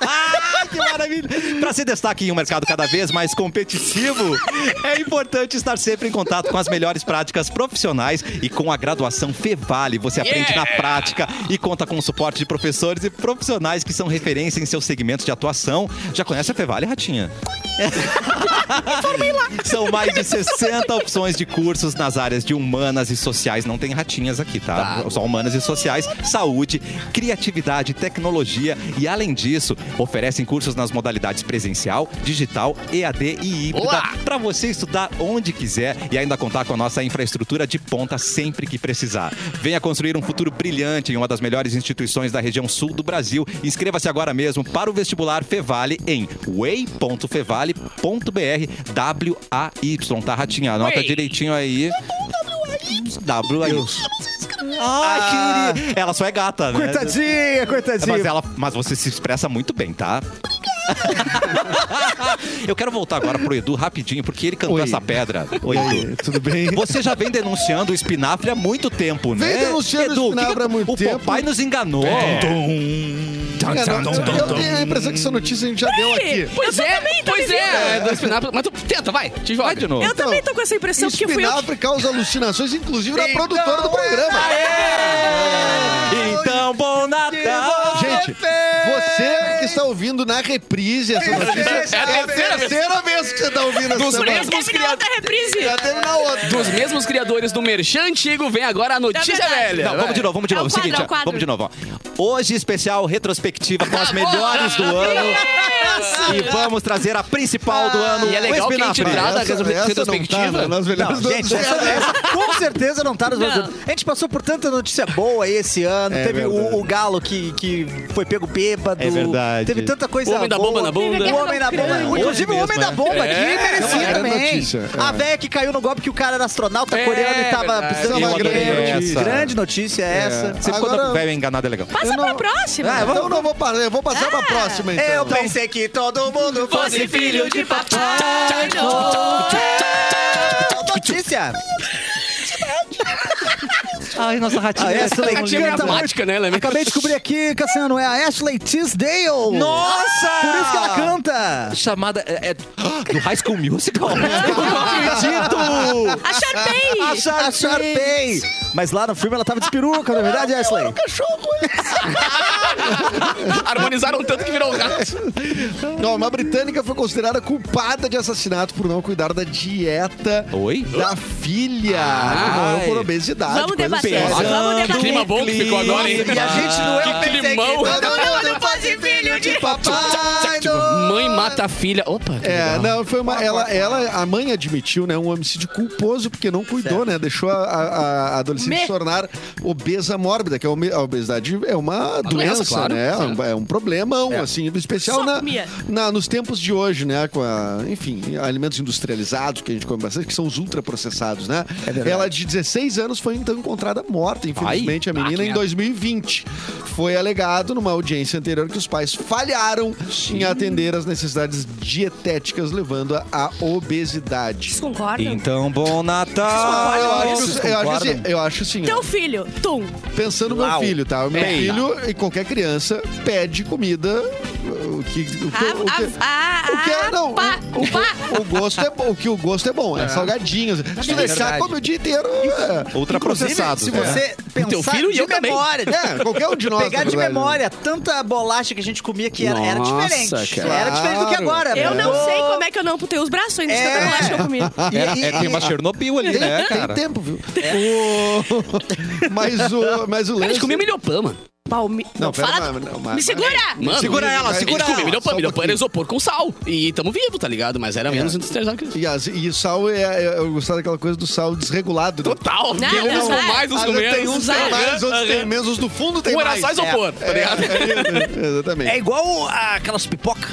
Speaker 1: Ah, que maravilha! Pra ser destaque em um mercado cada vez mais competitivo, é importante estar sempre em contato com as melhores práticas profissionais e com a graduação Fevale. Você aprende
Speaker 2: Yeah!
Speaker 1: na prática e conta com o suporte de professores e profissionais que são referência em seus segmentos de atuação. Já conhece a Fevale, ratinha? São mais de 60 opções de cursos nas áreas de humanas e sociais. Não tem ratinhas aqui, tá? Só humanas e sociais, saúde, criatividade, tecnologia e, além disso, oferecem cursos nas modalidades presencial, digital, EAD e híbrida
Speaker 2: Olá!
Speaker 1: para você estudar onde quiser e ainda contar com a nossa infraestrutura de ponta sempre que precisar. Venha construir um futuro brilhante em uma das melhores instituições da região sul do Brasil. Inscreva-se agora mesmo para o vestibular Fevale em way.fevale.br W-A-Y, tá, Ratinha? Anota
Speaker 2: Way.
Speaker 1: direitinho aí. W-A-Y. Ah, querida. Ela só é gata, né?
Speaker 6: Coitadinha,
Speaker 1: É, Mas,
Speaker 6: coitadinha.
Speaker 1: ela, mas você se expressa muito bem, tá? Eu quero voltar agora pro Edu rapidinho, porque ele cantou
Speaker 4: Oi.
Speaker 1: essa pedra. Oi, Edu.
Speaker 4: né? Tudo bem?
Speaker 1: Você já vem denunciando o espinafre há muito tempo, né?
Speaker 4: Vem denunciando o
Speaker 1: Edu, que
Speaker 4: espinafre
Speaker 1: que-
Speaker 4: há muito
Speaker 1: o
Speaker 4: tempo.
Speaker 1: Popeye nos enganou.
Speaker 2: É.
Speaker 6: Ah,
Speaker 4: Cara, eu tenho a impressão que essa notícia a gente já deu aqui.
Speaker 2: Pois é, pois
Speaker 5: Tá
Speaker 2: é. é. do espinafre. Mas tu tenta, vai, te joga.
Speaker 1: Vai de novo.
Speaker 5: Eu também tô com essa impressão, porque fui eu é que
Speaker 4: Espinafre causa alucinações, inclusive
Speaker 6: Então,
Speaker 4: na produtora do programa.
Speaker 1: Então, bom Natal!
Speaker 4: Gente, você que está ouvindo na reprise essa notícia,
Speaker 2: É a terceira vez.
Speaker 4: vez que você está ouvindo essa
Speaker 2: Dos
Speaker 4: semana.
Speaker 2: mesmos
Speaker 5: terminar
Speaker 2: criadores.
Speaker 5: outra reprise.
Speaker 4: Já teve na outra.
Speaker 2: Dos mesmos criadores do Merchan Antigo, vem agora a notícia
Speaker 5: Da verdade.
Speaker 2: velha.
Speaker 1: Não, vamos
Speaker 2: Vai.
Speaker 1: de novo, vamos de
Speaker 5: É o
Speaker 1: novo.
Speaker 5: quadro,
Speaker 1: Seguinte,
Speaker 5: é o
Speaker 1: ó,
Speaker 5: quadro.
Speaker 1: vamos de novo. ó. Hoje, especial retrospectiva com as melhores do ano. E vamos trazer a principal do
Speaker 4: Ah.
Speaker 1: ano.
Speaker 2: E é
Speaker 1: o
Speaker 2: legal que a gente
Speaker 1: espinafre.
Speaker 2: traz a
Speaker 4: Essa- essa
Speaker 2: retrospectiva.
Speaker 4: não tá, né? Nós melhores
Speaker 6: Não,
Speaker 4: do-
Speaker 6: gente, essa, é- essa com certeza não tá nos meus
Speaker 5: Não.
Speaker 6: dedos. A gente passou por tanta notícia boa aí esse ano.
Speaker 4: É
Speaker 6: Teve
Speaker 4: verdade.
Speaker 6: o, o Galo que, que foi pego bêbado.
Speaker 1: É verdade.
Speaker 6: Teve tanta coisa
Speaker 2: O homem da
Speaker 6: boa.
Speaker 2: bomba na bunda.
Speaker 6: O homem da bomba.
Speaker 5: É,
Speaker 6: Inclusive, o
Speaker 1: mesmo,
Speaker 6: homem
Speaker 1: é.
Speaker 6: da bomba aqui
Speaker 2: É,
Speaker 6: merecia
Speaker 4: era
Speaker 6: também.
Speaker 4: notícia, é.
Speaker 6: A véia que caiu no golpe que o cara era astronauta
Speaker 2: É,
Speaker 6: coreano e tava
Speaker 2: verdade.
Speaker 6: precisando
Speaker 4: Eu
Speaker 6: de
Speaker 4: adorei
Speaker 6: dinheiro.
Speaker 1: essa.
Speaker 6: Grande notícia é essa.
Speaker 1: Sempre quando o
Speaker 4: Agora-
Speaker 1: velho é enganado é legal.
Speaker 5: Passa pra
Speaker 4: Ah,
Speaker 6: É,
Speaker 5: próxima.
Speaker 4: então eu não vou passar, eu vou passar
Speaker 5: Ah!
Speaker 4: pra próxima então.
Speaker 6: Eu pensei que todo mundo fosse filho de papai. Notícia!
Speaker 1: Ai, nossa ratinha.
Speaker 6: A
Speaker 2: Ah,
Speaker 6: Ashley
Speaker 2: Ela tinha
Speaker 6: canta
Speaker 2: gramática, né? Ela é meio-
Speaker 6: muito... tá Acabei de descobrir aqui, Cassiano, é a Ashley Tisdale.
Speaker 1: Nossa!
Speaker 6: Por isso que ela canta.
Speaker 1: Chamada. É, é- do High School Musical? Eu não acredito!
Speaker 5: A Sharpay!
Speaker 6: A Shar- a Sharpay. Mas lá no filme ela tava de peruca, na verdade, Ashley.
Speaker 2: Harmonizaram tanto que virou um gato.
Speaker 4: Não, uma britânica foi considerada culpada de assassinato por não cuidar da dieta
Speaker 1: Oi?
Speaker 4: da filha.
Speaker 2: Ai.
Speaker 4: Não, por obesidade.
Speaker 5: Vamos
Speaker 4: coisa
Speaker 5: debater,
Speaker 4: séria.
Speaker 5: vamos
Speaker 1: Pesando,
Speaker 5: debater.
Speaker 2: Que clima bom que ficou agora, hein?
Speaker 1: clima.
Speaker 6: E a gente não é
Speaker 2: Que climão.
Speaker 4: não fosse filho de papai.
Speaker 2: Mãe mata a filha. Opa. que
Speaker 4: É,
Speaker 2: legal.
Speaker 4: não, foi uma. Ela, ela, a mãe admitiu, né? Um homicídio culposo, porque não cuidou, né? Deixou a, a- a adolescente
Speaker 5: Me-
Speaker 4: se tornar obesa mórbida, que é uma- a obesidade é uma, doença,
Speaker 2: doença, claro.
Speaker 4: né? É um, é um problemão, assim, especial
Speaker 5: Só
Speaker 4: na,
Speaker 5: comia.
Speaker 4: na- nos tempos de hoje, né? Com a, enfim, alimentos industrializados, que a gente come bastante, que são os ultraprocessados, né? ela, de 16 anos, foi então encontrada morta, infelizmente, a menina, em 2020. Foi alegado numa audiência anterior que os pais falharam em atender as necessidades dietéticas, levando-a à obesidade. Ah,
Speaker 5: Vocês concordam?
Speaker 1: Então, bom Natal!
Speaker 4: é eu, acho,
Speaker 1: Vocês
Speaker 4: eu, acho
Speaker 1: concordam?
Speaker 4: assim, eu acho assim, ó,
Speaker 5: Teu filho, tum.
Speaker 4: pensando no meu
Speaker 6: Uau.
Speaker 4: filho, tá? O meu
Speaker 6: É.
Speaker 4: filho e qualquer criança pede comida, o que... O que, o que-
Speaker 5: Ah,
Speaker 4: o que é, não,
Speaker 5: pá,
Speaker 4: o, o- o gosto é bom, o que o gosto é bom, é, salgadinho. Se tu deixar,
Speaker 6: verdade.
Speaker 4: come o dia inteiro. É,
Speaker 1: Ultraprocessado.
Speaker 4: Inclusive,
Speaker 1: É.
Speaker 4: Se você...
Speaker 6: Você pensar
Speaker 2: teu filho né? e
Speaker 6: de
Speaker 2: eu também.
Speaker 6: memória. né?
Speaker 4: É, qualquer um de nós.
Speaker 6: Pegar
Speaker 4: na verdade,
Speaker 6: de
Speaker 4: né?
Speaker 6: memória tanta bolacha que a gente comia que era, era
Speaker 2: Nossa,
Speaker 6: diferente.
Speaker 2: cara.
Speaker 6: Era diferente do que
Speaker 4: Claro.
Speaker 6: agora.
Speaker 5: Eu não
Speaker 6: mudou.
Speaker 5: sei como é que eu não putei os braços ainda, de
Speaker 6: É.
Speaker 5: tanta bolacha que eu comi.
Speaker 2: Ah,
Speaker 6: E-
Speaker 1: Era-
Speaker 6: e-
Speaker 1: é, tem uma Chernobyl ali,
Speaker 4: Tem,
Speaker 2: É,
Speaker 1: né,
Speaker 4: tem
Speaker 1: cara?
Speaker 4: tempo, viu? O- Mas o, mas o
Speaker 2: A
Speaker 4: lance...
Speaker 2: gente comeu milhopan, mano.
Speaker 5: Palme... Não,
Speaker 4: pera,
Speaker 5: fala...
Speaker 4: mas- não, mas-
Speaker 5: Me segura!
Speaker 2: Mano,
Speaker 1: Segura ela,
Speaker 2: a gente
Speaker 1: segura ela,
Speaker 2: comia milhopan.
Speaker 4: só um
Speaker 2: Milhopan era
Speaker 4: pouquinho.
Speaker 2: isopor com sal. E tamo vivo, tá ligado? Mas era menos industrializado que isso.
Speaker 4: E, as- e o sal, é, é- eu gostava daquela coisa do sal desregulado. né?
Speaker 2: Total.
Speaker 5: Nada,
Speaker 2: Tem uns com
Speaker 5: zero.
Speaker 2: mais, uns
Speaker 4: Ah,
Speaker 2: com
Speaker 4: tem
Speaker 2: menos.
Speaker 4: uns tem
Speaker 5: Aham,
Speaker 4: mais, outros tem menos, os do fundo tem
Speaker 2: Um era
Speaker 4: mais.
Speaker 2: só isopor, tá ligado?
Speaker 4: É, é, exatamente.
Speaker 6: É igual a- aquelas pipoca.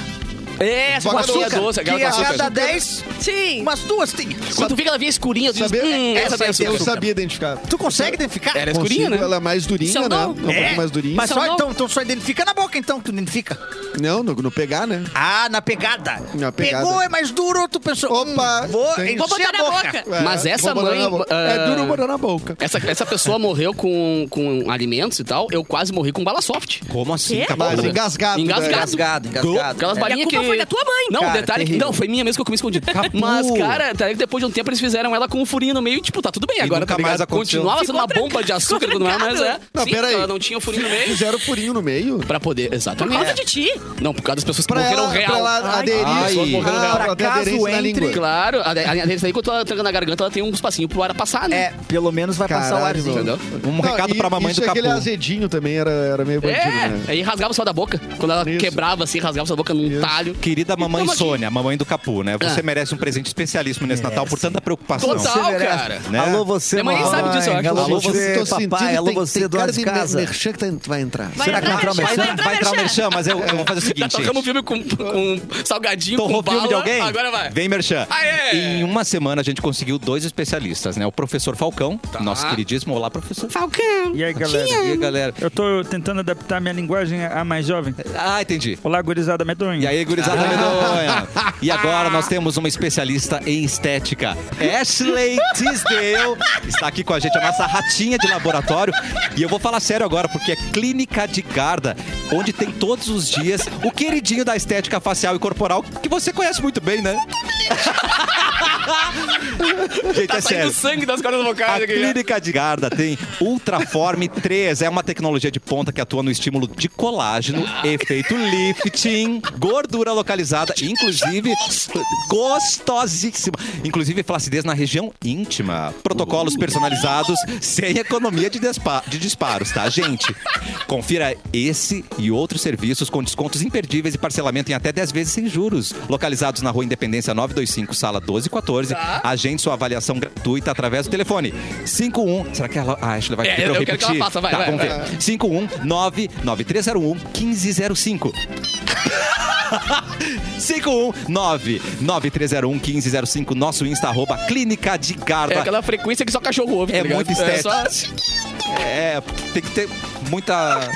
Speaker 2: É, essa com
Speaker 4: Boca
Speaker 2: açúcar
Speaker 4: doce,
Speaker 2: doce, aquela
Speaker 6: que
Speaker 2: com
Speaker 6: a
Speaker 2: açúcar.
Speaker 6: cada 10,
Speaker 5: Sim!
Speaker 6: umas duas tem.
Speaker 2: Quando tu vê que ela vinha escurinha, eu disse,
Speaker 4: Sabia?
Speaker 2: hum, essa tem
Speaker 4: eu
Speaker 2: açúcar.
Speaker 4: sabia identificar.
Speaker 6: Tu consegue identificar? É.
Speaker 2: Era escurinha,
Speaker 4: Consigo,
Speaker 2: né? É.
Speaker 4: Ela é mais durinha,
Speaker 5: Seu
Speaker 4: né?
Speaker 5: dom.
Speaker 4: Um pouco mais durinha.
Speaker 6: Mas só,
Speaker 5: Só não-
Speaker 6: então, então só identifica na boca, então, tu identifica.
Speaker 4: Não, no, no pegar, né?
Speaker 6: Ah, na pegada.
Speaker 4: Na pegada.
Speaker 6: Pegou, é mais duro, tu pensou. hum,
Speaker 4: Opa,
Speaker 6: vou
Speaker 4: tem-
Speaker 6: encher
Speaker 5: Vou botar
Speaker 6: a
Speaker 5: na
Speaker 6: boca.
Speaker 5: boca.
Speaker 4: É,
Speaker 2: Mas essa
Speaker 4: vou botar
Speaker 2: mãe,
Speaker 4: na boca. É
Speaker 2: ah,
Speaker 4: duro botar na boca.
Speaker 2: Essa, essa pessoa morreu com, com alimentos e tal. Eu quase morri com bala soft.
Speaker 1: Como assim?
Speaker 5: Quê?
Speaker 1: Tá
Speaker 4: Mas
Speaker 1: bom, né?
Speaker 4: engasgado.
Speaker 2: Engasgado.
Speaker 6: Engasgado, engasgado.
Speaker 2: Aquelas
Speaker 6: É.
Speaker 5: E a
Speaker 2: balinhas que...
Speaker 5: culpa foi da tua mãe.
Speaker 2: Não,
Speaker 6: Cara,
Speaker 2: detalhe...
Speaker 6: terrível.
Speaker 2: Não, foi minha mesmo que eu comi escondido. Mas, cara, tá ligado que depois de um tempo eles fizeram ela com um furinho no meio e, tipo, tá tudo bem agora,
Speaker 1: nunca
Speaker 2: tá ligado?
Speaker 1: mais aconteceu.
Speaker 2: Continuava sendo
Speaker 5: Ficou
Speaker 2: uma bomba de açúcar quando não é, mas é.
Speaker 4: Não,
Speaker 2: Sim,
Speaker 4: pera aí.
Speaker 2: ela não tinha o furinho no meio.
Speaker 4: Fizeram furinho né? no meio.
Speaker 2: Pra poder,
Speaker 5: Por
Speaker 2: exatamente.
Speaker 5: causa de ti.
Speaker 2: Não, por causa das pessoas que
Speaker 4: Pra
Speaker 2: morreram
Speaker 4: ela, pra
Speaker 2: real.
Speaker 4: ela aderir.
Speaker 1: Ai.
Speaker 4: Ah,
Speaker 2: Pra
Speaker 4: ela tem
Speaker 6: caso
Speaker 4: aderência na
Speaker 6: entre-
Speaker 4: língua.
Speaker 2: Claro, a, a, a, daí quando ela tranca na garganta, ela tem um espacinho pro ar passar, né?
Speaker 6: É, pelo menos vai passar o
Speaker 4: Caralho,
Speaker 6: arzinho.
Speaker 4: mano.
Speaker 2: Entendeu?
Speaker 1: Um recado
Speaker 4: e
Speaker 1: pra mamãe
Speaker 4: isso
Speaker 1: do
Speaker 4: é aquele
Speaker 1: capô.
Speaker 4: azedinho também era, era meio bandido, né?
Speaker 2: É, aí rasgava só da boca. Quando ela
Speaker 4: Isso.
Speaker 2: quebrava assim, rasgava só da boca num
Speaker 4: Isso.
Speaker 2: talho.
Speaker 1: Querida
Speaker 4: então,
Speaker 1: mamãe
Speaker 4: assim,
Speaker 2: Toma aqui.
Speaker 1: Sônia, mamãe do Capu,
Speaker 4: É.
Speaker 1: né? Você
Speaker 2: Ah.
Speaker 1: merece um presente especialíssimo nesse Natal por tanta preocupação.
Speaker 2: Total.
Speaker 6: Você merece.
Speaker 2: cara.
Speaker 1: Né?
Speaker 6: Alô você,
Speaker 2: Minha mãe nem
Speaker 6: mamãe.
Speaker 2: sabe disso, eu acho.
Speaker 6: Alô
Speaker 4: Gente, eu
Speaker 6: você,
Speaker 4: tô sentindo
Speaker 6: papai. Alô
Speaker 4: tem-
Speaker 6: você,
Speaker 4: tem cara
Speaker 6: Eduardo
Speaker 4: de
Speaker 6: de casa.
Speaker 4: merchan que tá- vai Tá entrar.
Speaker 5: Vai
Speaker 6: Será que
Speaker 5: entrar,
Speaker 6: vai entrar o
Speaker 5: vai
Speaker 6: merchan?
Speaker 5: entrar,
Speaker 1: Vai entrar o
Speaker 5: merchan.
Speaker 1: merchan, mas eu, eu vou fazer o
Speaker 2: Já
Speaker 1: seguinte.
Speaker 2: tocamos o filme com, com salgadinho,
Speaker 1: Tô
Speaker 2: com
Speaker 1: roubando
Speaker 2: bala.
Speaker 1: de alguém?
Speaker 2: Agora vai.
Speaker 1: Vem, Merchan.
Speaker 2: Aê!
Speaker 1: Em uma semana a gente conseguiu dois especialistas, né? O professor Falcão,
Speaker 2: Tá.
Speaker 1: nosso queridíssimo. Olá, professor.
Speaker 5: Falcão.
Speaker 7: E aí, galera?
Speaker 1: E aí, galera?
Speaker 7: Eu tô tentando adaptar minha linguagem à mais jovem.
Speaker 1: Ah, entendi.
Speaker 7: Olá, gurizada medonha.
Speaker 1: E aí, gurizada medonha. E agora nós temos uma especialista em estética. Ashley Tisdale está aqui com a gente, a nossa ratinha de laboratório. E eu vou falar sério agora, porque é Clínica de Garda, onde tem todos os dias o queridinho da estética facial e corporal, que você conhece muito bem, né? gente,
Speaker 2: Tá
Speaker 1: é sério.
Speaker 2: saindo sangue das cordas vocais
Speaker 1: A
Speaker 2: aqui. né?
Speaker 1: Clínica de Garda tem Ultraform 3. É uma tecnologia de ponta que atua no estímulo de colágeno, efeito lifting, gordura localizada, inclusive gostosíssima. Inclusive flacidez na região íntima. Protocolos personalizados sem economia de, despa- de disparos, tá, gente? Confira esse e outros serviços com descontos imperdíveis e parcelamento em até 10 vezes sem juros. Localizados na Rua Independência 925, sala 1214.
Speaker 2: Tá.
Speaker 1: Agende sua avaliação gratuita através do telefone 51. Será que ela, a Ashley vai
Speaker 2: É,
Speaker 1: pedir pra
Speaker 2: eu
Speaker 1: eu
Speaker 2: quero que
Speaker 1: repetir?
Speaker 2: ela faça, vai,
Speaker 1: tá,
Speaker 2: vai,
Speaker 1: vamos
Speaker 2: vai.
Speaker 1: ver. 519 9301 1505. 519 9301 1505, nosso Insta, arroba Clínica de
Speaker 2: É
Speaker 1: Garda.
Speaker 2: aquela frequência que só cachorro ouve, tá
Speaker 1: É
Speaker 2: ligado?
Speaker 1: muito
Speaker 2: É só-
Speaker 1: estético. É, tem que ter muita.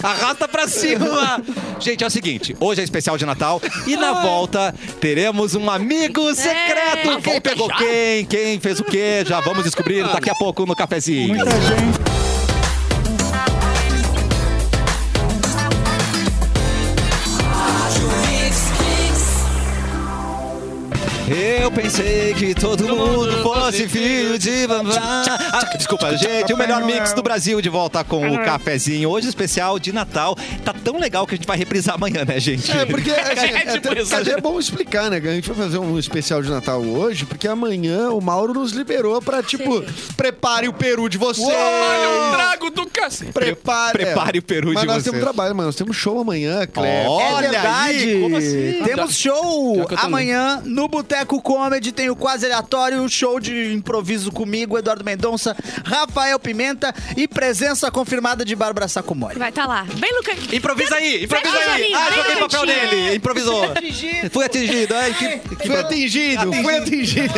Speaker 1: Arrasta pra cima! Gente, é o seguinte: hoje é especial de Natal e na volta teremos um amigo secreto.
Speaker 2: Ei,
Speaker 1: quem
Speaker 2: volta
Speaker 1: pegou
Speaker 2: já.
Speaker 1: quem? Quem fez o quê? Já vamos descobrir daqui a pouco no cafezinho.
Speaker 7: Muita gente.
Speaker 1: Eu pensei que todo mundo fosse filho de bambam. Ah, desculpa, gente, o melhor mix do Brasil de volta com o cafezinho. Hoje especial de Natal. Tá tão legal que a gente vai reprisar amanhã, né, gente?
Speaker 4: É, porque assim,
Speaker 2: É
Speaker 4: é,
Speaker 2: tipo
Speaker 4: é,
Speaker 2: isso.
Speaker 4: cara, é bom explicar, né? que A gente vai fazer um especial de Natal hoje, porque amanhã o Mauro nos liberou pra, tipo, prepare o peru de vocês.
Speaker 1: Ah!
Speaker 2: Olha o trago do cacete.
Speaker 4: Prepare, é.
Speaker 1: Prepare o peru
Speaker 4: Mas
Speaker 1: de
Speaker 4: nós
Speaker 1: vocês.
Speaker 4: temos trabalho, mas nós temos show amanhã, Cléber.
Speaker 1: Olha
Speaker 6: é verdade.
Speaker 1: aí, como assim?
Speaker 6: Temos show
Speaker 2: pior que eu também.
Speaker 6: amanhã no Boteco Comedy. Tem o Quase Aleatório, show de improviso comigo, Eduardo Mendonça, Rafael Pimenta e presença confirmada de Bárbara Sacomori.
Speaker 5: Vai estar lá. Bem, Luca.
Speaker 1: Improvisa aí, improvisa
Speaker 5: Vai,
Speaker 1: aí.
Speaker 5: Angelim,
Speaker 1: Ah,
Speaker 5: vai,
Speaker 1: joguei papel
Speaker 5: Angelim.
Speaker 1: nele. Improvisou.
Speaker 6: Atingido.
Speaker 1: Fui atingido. Ai, que- que-
Speaker 4: Foi atingido, foi atingido.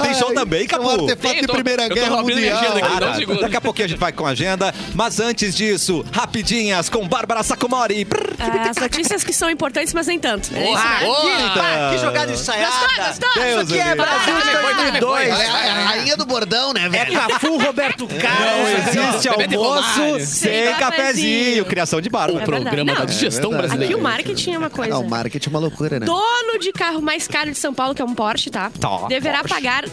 Speaker 1: Tem show
Speaker 4: Ai,
Speaker 1: também,
Speaker 4: é um
Speaker 1: Capu.
Speaker 4: artefato
Speaker 2: Tem,
Speaker 4: de
Speaker 2: tô-
Speaker 4: Primeira
Speaker 2: eu tô
Speaker 4: Guerra
Speaker 2: abrindo minha
Speaker 4: Mundial.
Speaker 2: agenda aqui.
Speaker 1: Cara,
Speaker 2: Dá um segundo.
Speaker 1: daqui a pouquinho a gente vai com a agenda, mas antes disso, rapidinhas com Bárbara Sacomori. Brrr.
Speaker 5: Ah, As notícias que são importantes, mas nem tanto.
Speaker 1: Ah,
Speaker 2: Boa,
Speaker 1: tá
Speaker 2: boa.
Speaker 6: Que jogada ensaiada.
Speaker 1: Deus
Speaker 6: Isso aqui é
Speaker 1: me livre.
Speaker 6: Brasil de
Speaker 2: Ah, foi, foi, foi.
Speaker 6: 2002.
Speaker 2: É,
Speaker 6: a rainha do bordão, né, velho? É Cafu, Roberto
Speaker 1: Não
Speaker 6: Carlos.
Speaker 1: existe
Speaker 2: Bebê de
Speaker 1: almoço sem
Speaker 2: Romário.
Speaker 5: Sem
Speaker 1: cafezinho.
Speaker 5: cafezinho.
Speaker 1: Criação de Bárbara.
Speaker 5: É
Speaker 2: É Programa
Speaker 5: verdade.
Speaker 2: da
Speaker 5: Não,
Speaker 2: gestão
Speaker 5: Aqui
Speaker 2: brasileira.
Speaker 5: o marketing é uma coisa.
Speaker 4: Não, o marketing é uma loucura, né?
Speaker 5: Dono de carro mais caro de São Paulo, que é um Porsche, tá?
Speaker 1: Tá,
Speaker 5: Deverá
Speaker 1: Porsche.
Speaker 5: pagar